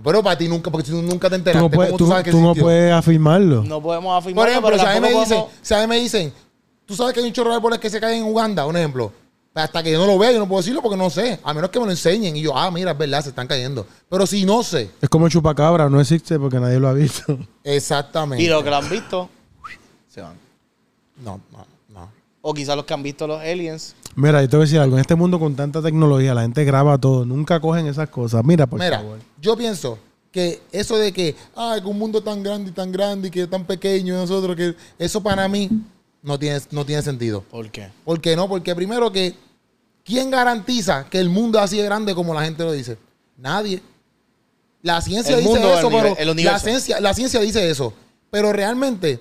Pero para ti nunca, porque si tú nunca te
Tú
enteraste,
no puedes,
¿cómo tú
tú-
sabes que
tú no
existió?
puedes afirmarlo.
No podemos afirmar.
Por ejemplo, si a mí me
podemos...
dicen, si a mí me dicen, tú sabes que hay un chorro de árboles que se caen en Uganda, un ejemplo. Pues Hasta que yo no lo vea, yo no puedo decirlo porque no sé. A menos que me lo enseñen. Y yo, ah, mira, es verdad, se están cayendo. Pero si no sé,
Es como chupacabra, no existe porque nadie lo ha visto.
exactamente.
Y los que lo han visto, se van.
No, no, no.
O quizás los que han visto los aliens.
Mira, yo te voy a decir algo. En este mundo con tanta tecnología, la gente graba todo. Nunca cogen esas cosas. Mira, por
Mira,
favor.
yo pienso que eso de que, ah, que un mundo tan grande y tan grande y que tan pequeño y nosotros, que eso para mí no tiene, no tiene sentido.
¿Por qué?
¿Por qué no? Porque primero que, ¿quién garantiza que el mundo es así de grande como la gente lo dice? Nadie. La ciencia
El
dice
mundo,
eso,
el nivel-
pero
el
la,
universo.
ciencia, la ciencia dice eso. Pero realmente,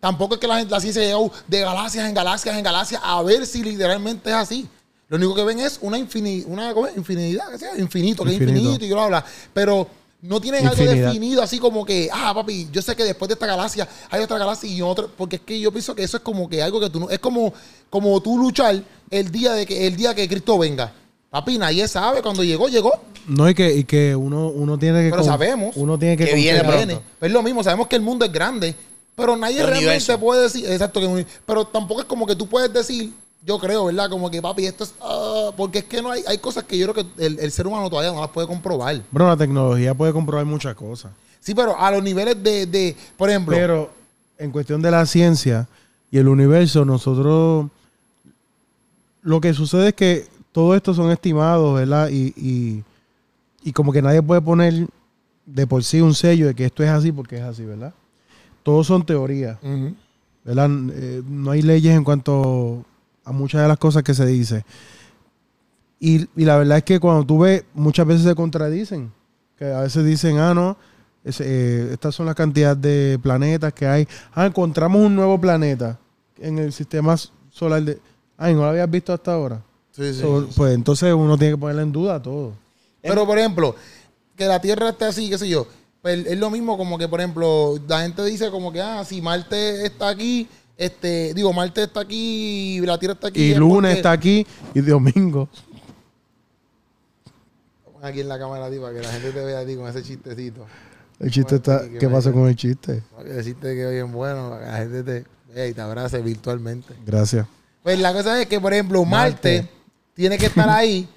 tampoco es que la, gente- la ciencia llegó de galaxias en galaxias en galaxias a ver si literalmente es así. Lo único que ven es una, infini- una ¿cómo es? infinidad, que sea infinito, que
Infinito.
es infinito y yo lo habla. Pero no tienen algo
Infinidad.
definido así como que, ah, papi, yo sé que después de esta galaxia hay otra galaxia y otra. Porque es que yo pienso que eso es como que algo que tú no. Es como, como tú luchar el día de que el día que Cristo venga. Papi, nadie sabe. Cuando llegó, llegó.
No, y que, y que uno, uno tiene que.
Pero
con-
sabemos
Uno tiene que.
que viene
confiar.
pronto.
Viene. Pero es lo mismo, sabemos que el mundo es grande, pero nadie
El
realmente
universo.
puede decir, exacto, que un- pero tampoco es como que tú puedes decir, yo creo, ¿verdad? Como que, papi, esto es, ah, porque es que no hay, hay cosas que yo creo que el, el ser humano todavía no las puede comprobar.
Bueno, la tecnología puede comprobar muchas cosas.
Sí, pero a los niveles de, de por ejemplo,
Pero en cuestión de la ciencia y el universo, nosotros. Lo que sucede es que todo esto son estimados, ¿verdad? Y, y, y como que nadie puede poner de por sí un sello de que esto es así porque es así, ¿verdad? Todos son teorías.
Ujú.
¿verdad? Eh, no hay leyes en cuanto a muchas de las cosas que se dice. Y, y la verdad es que cuando tú ves, muchas veces se contradicen. Que a veces dicen, ah, no, es- eh, estas son las cantidades de planetas que hay. Ah, encontramos un nuevo planeta en el sistema s- solar de... Ay, no lo habías visto hasta ahora.
Sí, sí.
So, pues entonces uno tiene que ponerle en duda todo.
pero por ejemplo, que la Tierra esté así, qué sé yo. Pues, es lo mismo como que, por ejemplo, la gente dice como que, ah, si Marte está aquí, este, digo, Marte está aquí y la Tierra está aquí.
Y
es
lunes
porque-
está aquí y domingo.
Aquí en la cámara, tío, para que la gente te vea a ti con ese chistecito.
El chiste está. ¿Qué pasa con el chiste?
Para que decirte que hoy es bueno, para que la gente te vea y te abrace virtualmente.
Gracias.
Pues la cosa es que, por ejemplo, Marte,
Marte.
tiene que estar ahí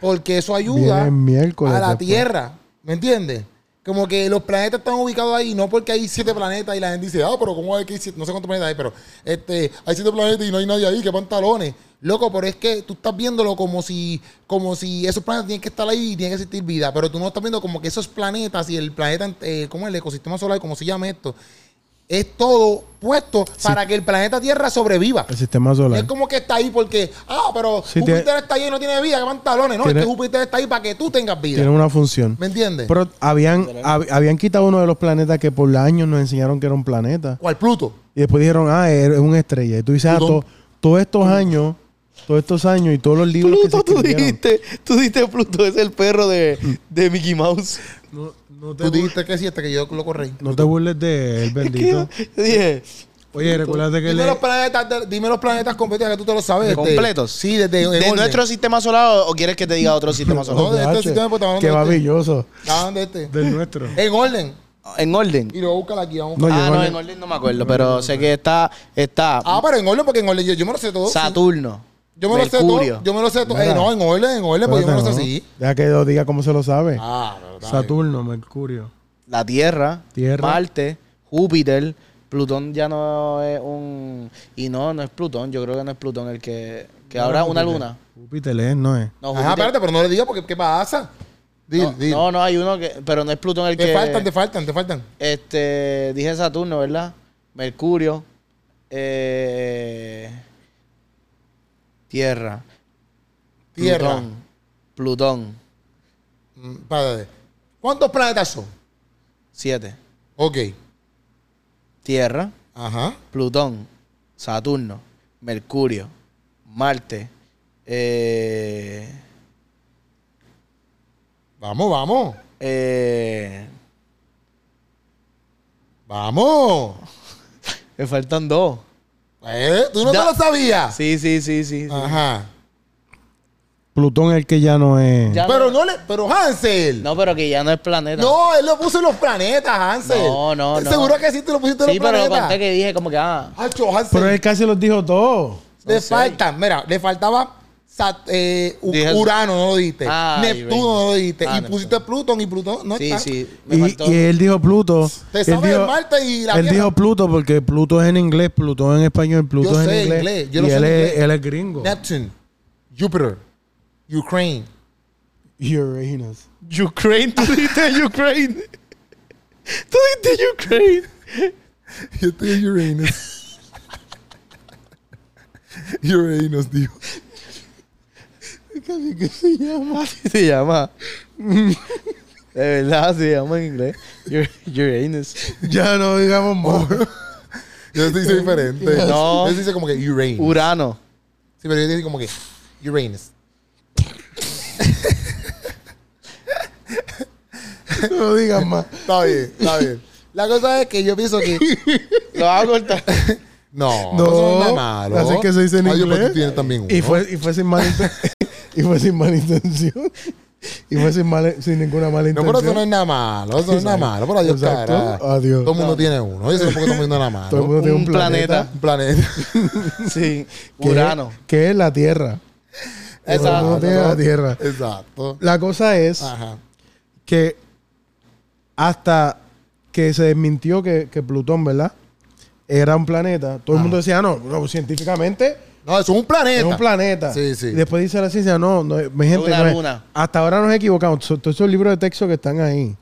porque eso ayuda
Viene miércoles
a la
después.
Tierra. ¿Me entiendes? Como que los planetas están ubicados ahí, no porque hay siete planetas y la gente dice, ah, pero ¿cómo es que hay siete? No sé cuántos planetas hay, pero este, hay siete planetas y no hay nadie ahí, qué pantalones. Loco, pero es que tú estás viéndolo como si, como si esos planetas tienen que estar ahí y tiene que existir vida, pero tú no estás viendo como que esos planetas y el planeta, eh, ¿cómo es el ecosistema solar, como se llama esto? Es todo puesto para que el planeta Tierra sobreviva.
El sistema solar.
Es como que está ahí porque, ah, pero
Sí,
Júpiter
tiene-
está ahí y no tiene vida, que pantalones. No,
tiene-
es que Júpiter está ahí para que tú tengas vida.
Tiene una función.
¿Me entiendes?
Pero habían, hab- habían quitado uno de los planetas que por años nos enseñaron que era un planeta.
¿Cuál Pluto?
Y después dijeron, ah, es una estrella. Y tú dices, ah,
Plutón.
to- todos estos años, todos estos años y todos los libros
Pluto,
que se
tú
escribieron.
dijiste, tú dijiste Pluto es el perro de, de Mickey Mouse.
No, no te,
Tú
bu-
dijiste que sí, hasta que yo lo corrí.
no te burles de él, bendito.
¿Qué? Yo dije,
Oye, recuérdate que
Dime
le...
los planetas, de- dime los planetas completos ya que tú te los sabes.
¿De
este.
completos?
Sí, desde
¿de nuestro sistema solar o- o quieres que te diga otro sistema
No,
solar?
de este
H,
sistema, pues, estaba
Qué
hablando de este.
maravilloso.
Estaban de este.
Del nuestro.
En orden.
En orden.
Y lo buscan aquí. Vamos.
No,
ah,
llegó
no,
el-
en orden no me acuerdo, pero sé que está, está
Ah, pero en orden, porque en orden yo, yo me lo sé todo. sí.
Saturno,
Yo me lo sé todo.
Mercurio.
Yo me lo sé todo.
Mira.
Eh, no, en orden, en orden, porque yo me lo sé
Espérate,
así.
¿no? Deja que yo diga cómo se lo sabe.
Ah, pero está bien.
Saturno, Mercurio.
la Tierra,
Tierra.
Marte, Júpiter, Plutón ya no es un... Y no, no es Plutón, yo creo que no es Plutón el que... Que
No,
habrá una
Júpiter.
luna.
Júpiter es, no es.
No,
Ajá,
Júpiter-
espérate, pero no le digas porque ¿qué pasa? Dile,
no,
dile.
no, no, hay uno que... Pero no es Plutón el
te
que...
faltan, te faltan, te faltan.
Este, dije Saturno, ¿verdad? Mercurio, eh, Tierra,
Tierra.
Plutón, Plutón,
Mm, Espérate. ¿Cuántos planetas son?
siete.
Ok.
Tierra,
Ajá.
Plutón, Saturno, Mercurio, Marte, eh,
Vamos, vamos.
eh,
Vamos.
me faltan dos.
Eh, ¿Tú no
Da-
te lo sabías?
Sí, sí, sí, sí. sí.
Ajá.
Plutón es el que ya no es.
Ya
Pero
no,
no le. Pero Hansel. No.
no, pero que ya no es planeta.
él lo puso en los planetas, Hansel.
No, no, no.
Seguro que sí tú lo pusiste en
sí,
los
pero lo
planetas.
conté que dije como que, ah,
Hacho, Hansel.
Pero él casi los dijo todos.
le
seis.
faltan. Mira, le faltaba Sat- eh, U-
Dije-
Urano, no lo dijiste.
Ay,
Neptuno, no lo dijiste.
Ah,
y pusiste Plutón y Plutón no
sí,
está.
sí, me
Y,
faltó.
y él dijo Pluto.
Te
Él
sabes
dijo-
el Marte y la
Él
Tierra.
dijo Pluto porque Pluto es en inglés, Plutón en español, Pluto
Yo
es
sé
en inglés.
inglés, yo
y
lo sé
él,
en
es,
inglés.
él es gringo.
Neptune, Júpiter, Ukraine.
Uranus.
Ukraine, tú dijiste Ukraine. Tú dijiste Ukraine.
Yo estoy en Uranus. Uranus, dijo.
¿Qué se llama?
Así se llama. De verdad, se llama en inglés. Ur- Uranus.
Ya no digamos más.
Yo te hice diferente.
No.
Yo te hice como que Uranus.
Urano.
sí, pero yo te hice como que Uranus. Oh.
no digas más.
Está bien, está bien. La cosa es que yo pienso que.
Lo vas a cortar.
No,
No,
eso no es malo.
así que se dice en
Ay, yo,
inglés.
pero tú tienes también uno.
Y fue, y fue sin mala inten- y fue sin mala intención. Y fue sin, mala- sin ninguna mala
No,
intención.
pero eso no es nada malo. Eso no es nada malo. Por adiós,
Exacto.
cara.
Adiós.
Todo el mundo tiene uno. Yo sé por qué todo el mundo tiene nada
Todo el
malo.
mundo tiene un
Un planeta.
planeta.
Un planeta.
Sí.
que-
Urano.
Que es la Tierra. Todo el mundo
Exacto.
tiene la Tierra.
Exacto.
La cosa es
Ajá.
que hasta que se desmintió que, que Plutón, ¿verdad? Era un planeta. Todo el mundo decía, "Ah, no, no, científicamente
No, eso es un planeta.
es un planeta.
Sí, sí.
Y después dice la ciencia, no, no mi gente,
Una
no es-
luna.
hasta ahora nos equivocamos. So- Todos esos libros de texto que están ahí.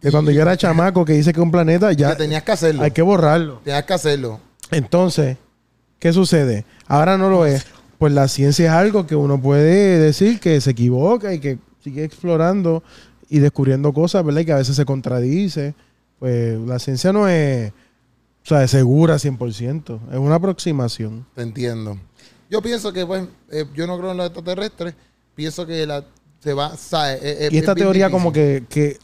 Que cuando yo era chamaco que dice que es un planeta, ya
Que tenías que hacerlo.
hay que borrarlo.
Tenías que hacerlo.
Entonces, ¿qué sucede? Ahora no lo es. Pues la ciencia es algo que uno puede decir que se equivoca y que sigue explorando y descubriendo cosas, ¿verdad? Y que a veces se contradice. Pues la ciencia no es, o sea, es segura 100%. Es una aproximación.
Te entiendo. Yo pienso que, pues, eh, yo no creo en los extraterrestres. Pienso que la se va. sabe, eh, eh,
Y esta
es bien
teoría
difícil.
como que, que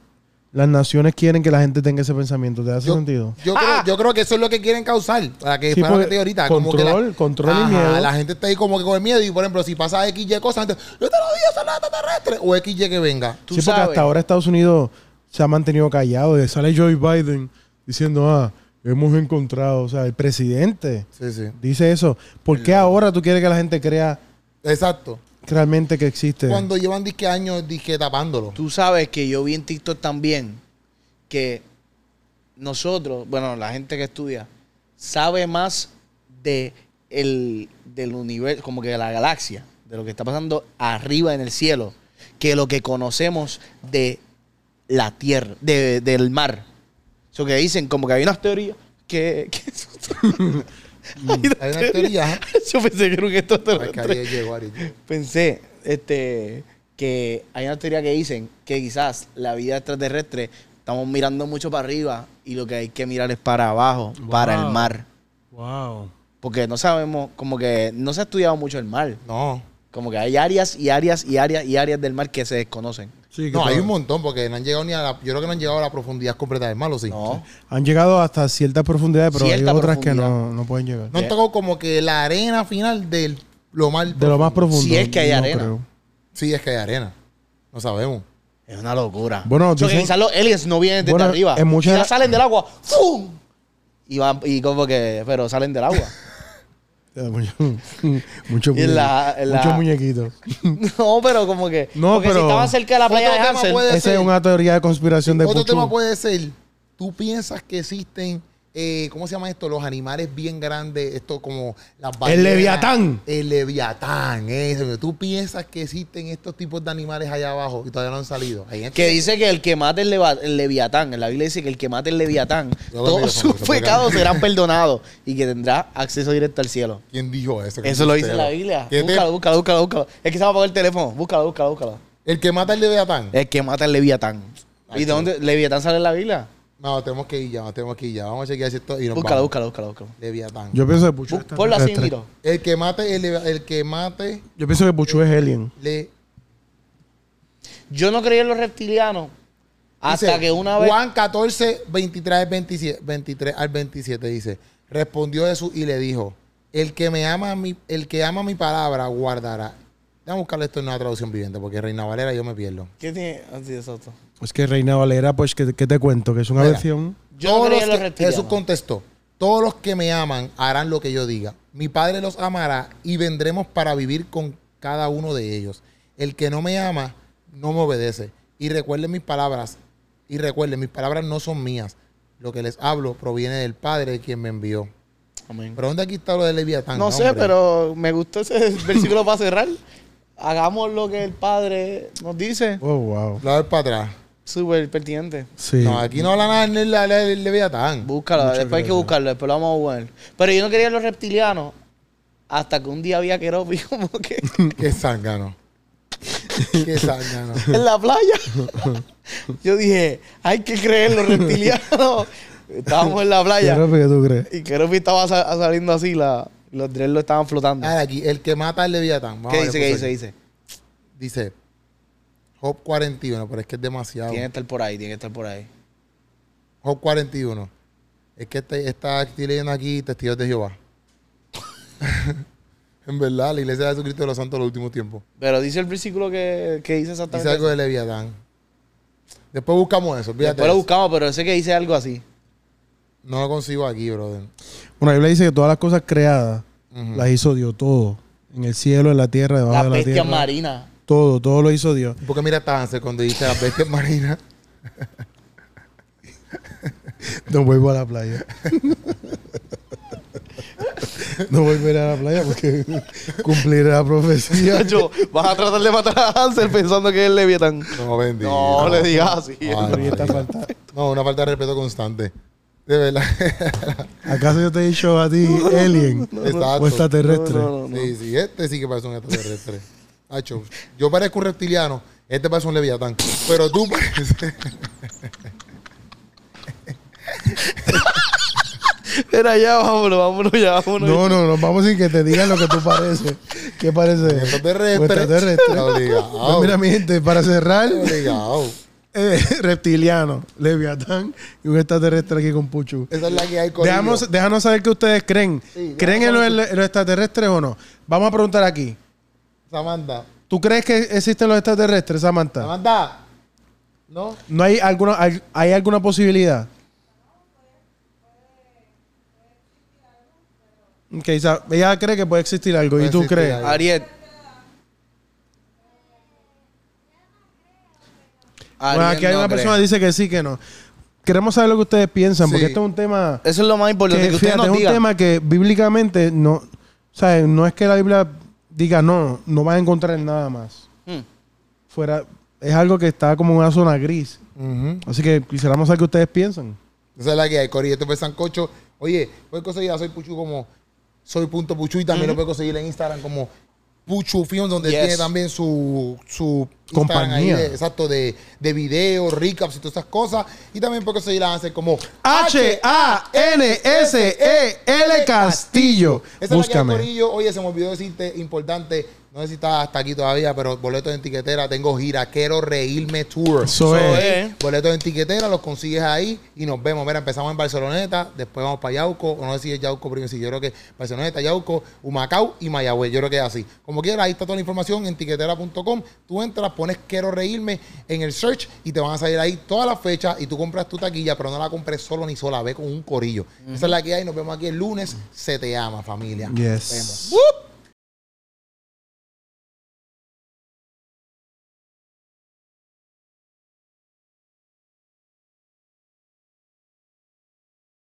Las naciones quieren que la gente tenga ese pensamiento. ¿Te hace
Yo,
sentido?
yo
Ah.
creo, yo creo que eso es lo que quieren causar. Para que
Sí,
fuera lo que
porque
te digo ahorita. como que
control,
la,
control y miedo.
La gente está ahí como que con el miedo. Y por ejemplo, si pasa X, Y cosas, antes, yo te lo digo, son los extraterrestres. O X, Y que venga.
Tú
sí, porque
sabes.
hasta ahora Estados Unidos se ha mantenido callado. Y sale Joe Biden diciendo, ah, hemos encontrado. O sea, el presidente
Sí, sí.
dice eso. ¿Por qué ahora tú quieres que la gente crea
Exacto.
realmente que existe?
Cuando llevan disque años disque tapándolo.
Tú sabes que yo vi en TikTok también que nosotros, bueno, la gente que estudia, sabe más de el, del universo, como que de la galaxia, de lo que está pasando arriba en el cielo, que lo que conocemos de la tierra, de- del mar. Eso que dicen, como que hay unas teorías que... que- Hay unas
Hay una teoría. ¿eh?
Yo pensé que era un
Ay, que
extraterrestre
Ariel llegó, Ariel llegó.
pensé este, que hay una teoría que dicen que quizás la vida extraterrestre estamos mirando mucho para arriba y lo que hay que mirar es para abajo, para el
Wow.
mar.
Wow.
Porque no sabemos, como que no se ha estudiado mucho el mar.
No.
Como que hay áreas y áreas y áreas y áreas del mar que se desconocen.
No, hay un montón porque no han llegado ni a la. Yo creo que no han llegado a la profundidad completa del malo, sí.
No.
Han llegado hasta ciertas profundidades, pero
Cierta
hay otras que
profundidad.
no, no pueden llegar.
No han tocado como que la arena final del lo mal.
de lo más profundo.
Si es que hay
no
arena.
Sí, es que hay arena. No sabemos.
Es una locura.
Bueno,
Eso que
dicen-
quizás los aliens no vienen desde
Bueno,
arriba.
en muchas-
Quizás salen del agua. ¡Fum! Y van, y como que, pero salen del agua.
Eh, mucho- mucho
Y en la- en la-
Muchos muñequitos.
no, pero como que.
No,
porque
pero-
si estaban cerca de la playa de
Otro tema
Hansen.
puede
Esa
ser-
es una teoría de conspiración de
Otro
Puchu.
tema puede ser, tú piensas que existen, eh, ¿cómo se llama esto? Los animales bien grandes, esto como las
leviatán.
El leviatán, eso. Tú piensas que existen estos tipos de animales allá abajo y todavía no han salido. este- Hay gente
Que dice que el que mate el, leva- el leviatán, en la Biblia dice que el que mate el leviatán,
Yo lo miro,
todos sus
Juanito,
pecados serán perdonados y que tendrá acceso directo al cielo.
¿Quién dijo eso?
Eso lo dice
Usted.
la Biblia.
¿Qué te-
Búscalo, búscalo, búscalo, búscalo. Es que se va a apagar el teléfono. Búscalo, búscalo, búscalo.
El que mata el leviatán.
El que mata el leviatán. ¿Y de dónde leviatán sale en la Biblia?
No, tenemos que ir ya, tenemos que ir ya. Vamos a chequear si esto y nos
Búscalo,
vamos.
búscalo, búscalo, búscalo.
Leviatán.
Yo pienso que Puchu
Bú-
es
Ponlo así,
extraterrestre.
miro.
El que mate, el, leva- el que mate,
Yo pienso que Puchu es alien.
le...
Yo no creía en los reptilianos hasta
Dice,
que una vez...
Juan 14, 23, 27, 23 al 27 dice, respondió Jesús y le dijo, el que me ama, mi, el que ama mi palabra guardará. Déjame buscarle esto en una traducción viviente porque Reina Valera yo me pierdo.
¿Qué tiene Ah, así de soto?
Es que Reina Valera, pues, ¿qué, qué te cuento? Que es una
Mira.
versión.
Yo no
Todos
creía en
los
los
que-
reptilianos.
Jesús contestó, todos los que me aman harán lo que yo diga. Mi Padre los amará y vendremos para vivir con cada uno de ellos. El que no me ama, no me obedece. Y recuerden mis palabras, y recuerden, mis palabras no son mías. Lo que les hablo proviene del Padre quien me envió.
Amén.
¿Pero dónde aquí está lo de Leviatán?
No sé,
Ah, hombre?
pero me gustó ese versículo para cerrar. Hagamos lo que el Padre nos dice.
Oh, wow.
La vez para atrás.
Súper pertinente.
Sí.
No, aquí no habla nada del de, de- de Leviatán.
Búscala,
Muchas
después hay que
gracias.
buscarlo, después lo vamos a jugar. Pero yo no quería los reptilianos hasta que un día había Keropi como que
Qué zángano. Qué zángano.
en la playa. Yo dije, hay que creer los reptilianos. Estábamos en la playa
Pero, ¿qué tú crees?
y Keropi estaba sa- saliendo así, la, los tres lo estaban flotando.
Ahora aquí, el que mata al Leviatán. Ah, Vamos
¿Qué
a ver
dice, qué
puso
dice,
aquí.
dice?
Dice Job 41, pero es que es demasiado.
Tiene que estar por ahí, tiene que estar por ahí.
Job 41. Es que este, está estoy leyendo aquí testigos de Jehová. en verdad, la iglesia de Jesucristo de los Santos en los últimos tiempos.
Pero dice el versículo que, que dice
Dice
exactamente.
algo de
eso.
Leviatán. Después buscamos eso, fíjate.
Después lo
eso.
buscamos, pero sé que dice algo así.
No lo consigo aquí, brother.
Bueno, la Biblia dice que todas las cosas creadas
Ujú.
las hizo Dios, todo. En el cielo, en la tierra, debajo
Las
de la
bestias
tierra.
marinas.
Todo, todo lo hizo Dios.
Porque mira, hasta Hansel cuando dice las bestias marinas.
No vuelvo a la playa. no volveré a la playa porque cumpliré la profecía.
Yo, vas a tratar de matar a Hansel pensando que es Leviatán.
No, bendito.
No, le digas así.
Ay, María. No, una falta de respeto constante. De verdad.
¿Acaso yo te he dicho a ti, alien
Exacto.
o extraterrestre?
No, no, no.
Sí, sí, este sí que parece un extraterrestre. Hacho, yo parezco un reptiliano, este parece un leviatán. Pero tú pareces.
Era ya, vámonos, vámonos, ya, vámonos.
No, no, no, vamos sin que te digan lo que tú pareces. ¿Qué parece?
Extraterrestre.
Extraterrestre.
Obligado.
Pues mira, mi gente, para cerrar,
Obligado.
eh, reptiliano, Leviatán y un extraterrestre aquí con Puchu.
Esa es la que hay con
Dejamos, déjanos saber qué ustedes creen.
Sí,
¿Creen en
déjanos
los,
saber
en los extraterrestres o no? Vamos a preguntar aquí.
Samantha.
¿Tú crees que existen los extraterrestres, Samantha?
Samantha. ¿No?
¿No hay alguna, hay, hay alguna posibilidad? Ok, esa- ella cree que puede existir algo.
Puede
¿Y tú
existir
crees?
algo.
Ariel.
Bueno, aquí hay
no
una
cree.
persona que dice que sí, que no. Queremos saber lo que ustedes piensan,
Sí.
porque este es un tema...
Eso es lo más
que,
importante que, ustedes
fíjate, es
nos
un
digan.
tema que bíblicamente no, o sea, no es que la Biblia diga no, no vas a encontrar nada más.
Mm.
Fuera, es algo que está como en una zona gris. Así que quisiéramos saber qué ustedes piensan.
Esa es la que hay, Corillo. Esto fue Sancocho. Oye, puedes conseguir a Soy Puchu como Soy Punto Puchu y también lo puedes conseguir en Instagram como Puchu Film, donde
Yes.
tiene también su, su Instagram
Compañía.
ahí de- exacto, de, de videos, recaps y todas esas cosas. Y también puedes conseguir a Hansel como
H-A-N-S-E-L Castillo.
E Esa es la que hay,
Búscame.
Corillo. Oye, se me olvidó decirte, importante, no sé si estás hasta aquí todavía, pero boletos en tiquetera, tengo gira, quiero reírme tour.
Eso
Eso
es.
es.
Pues, Boletos en tiquetera, los consigues ahí y nos vemos. Mira, empezamos en Barceloneta, después vamos para Yauco, o no sé si es Yauco primero, si yo creo que Barceloneta, Yauco, Humacao y Mayagüez, yo creo que es así. Como quieras, ahí está toda la información en tiquetera.com. Tú entras, pones quiero reírme en el search y te van a salir ahí todas las fechas y tú compras tu taquilla, pero no la compres solo ni sola, ve con un corillo. Esa es la que hay, nos vemos aquí el lunes, se te ama familia. Nos vemos.
Yes.
Whoop.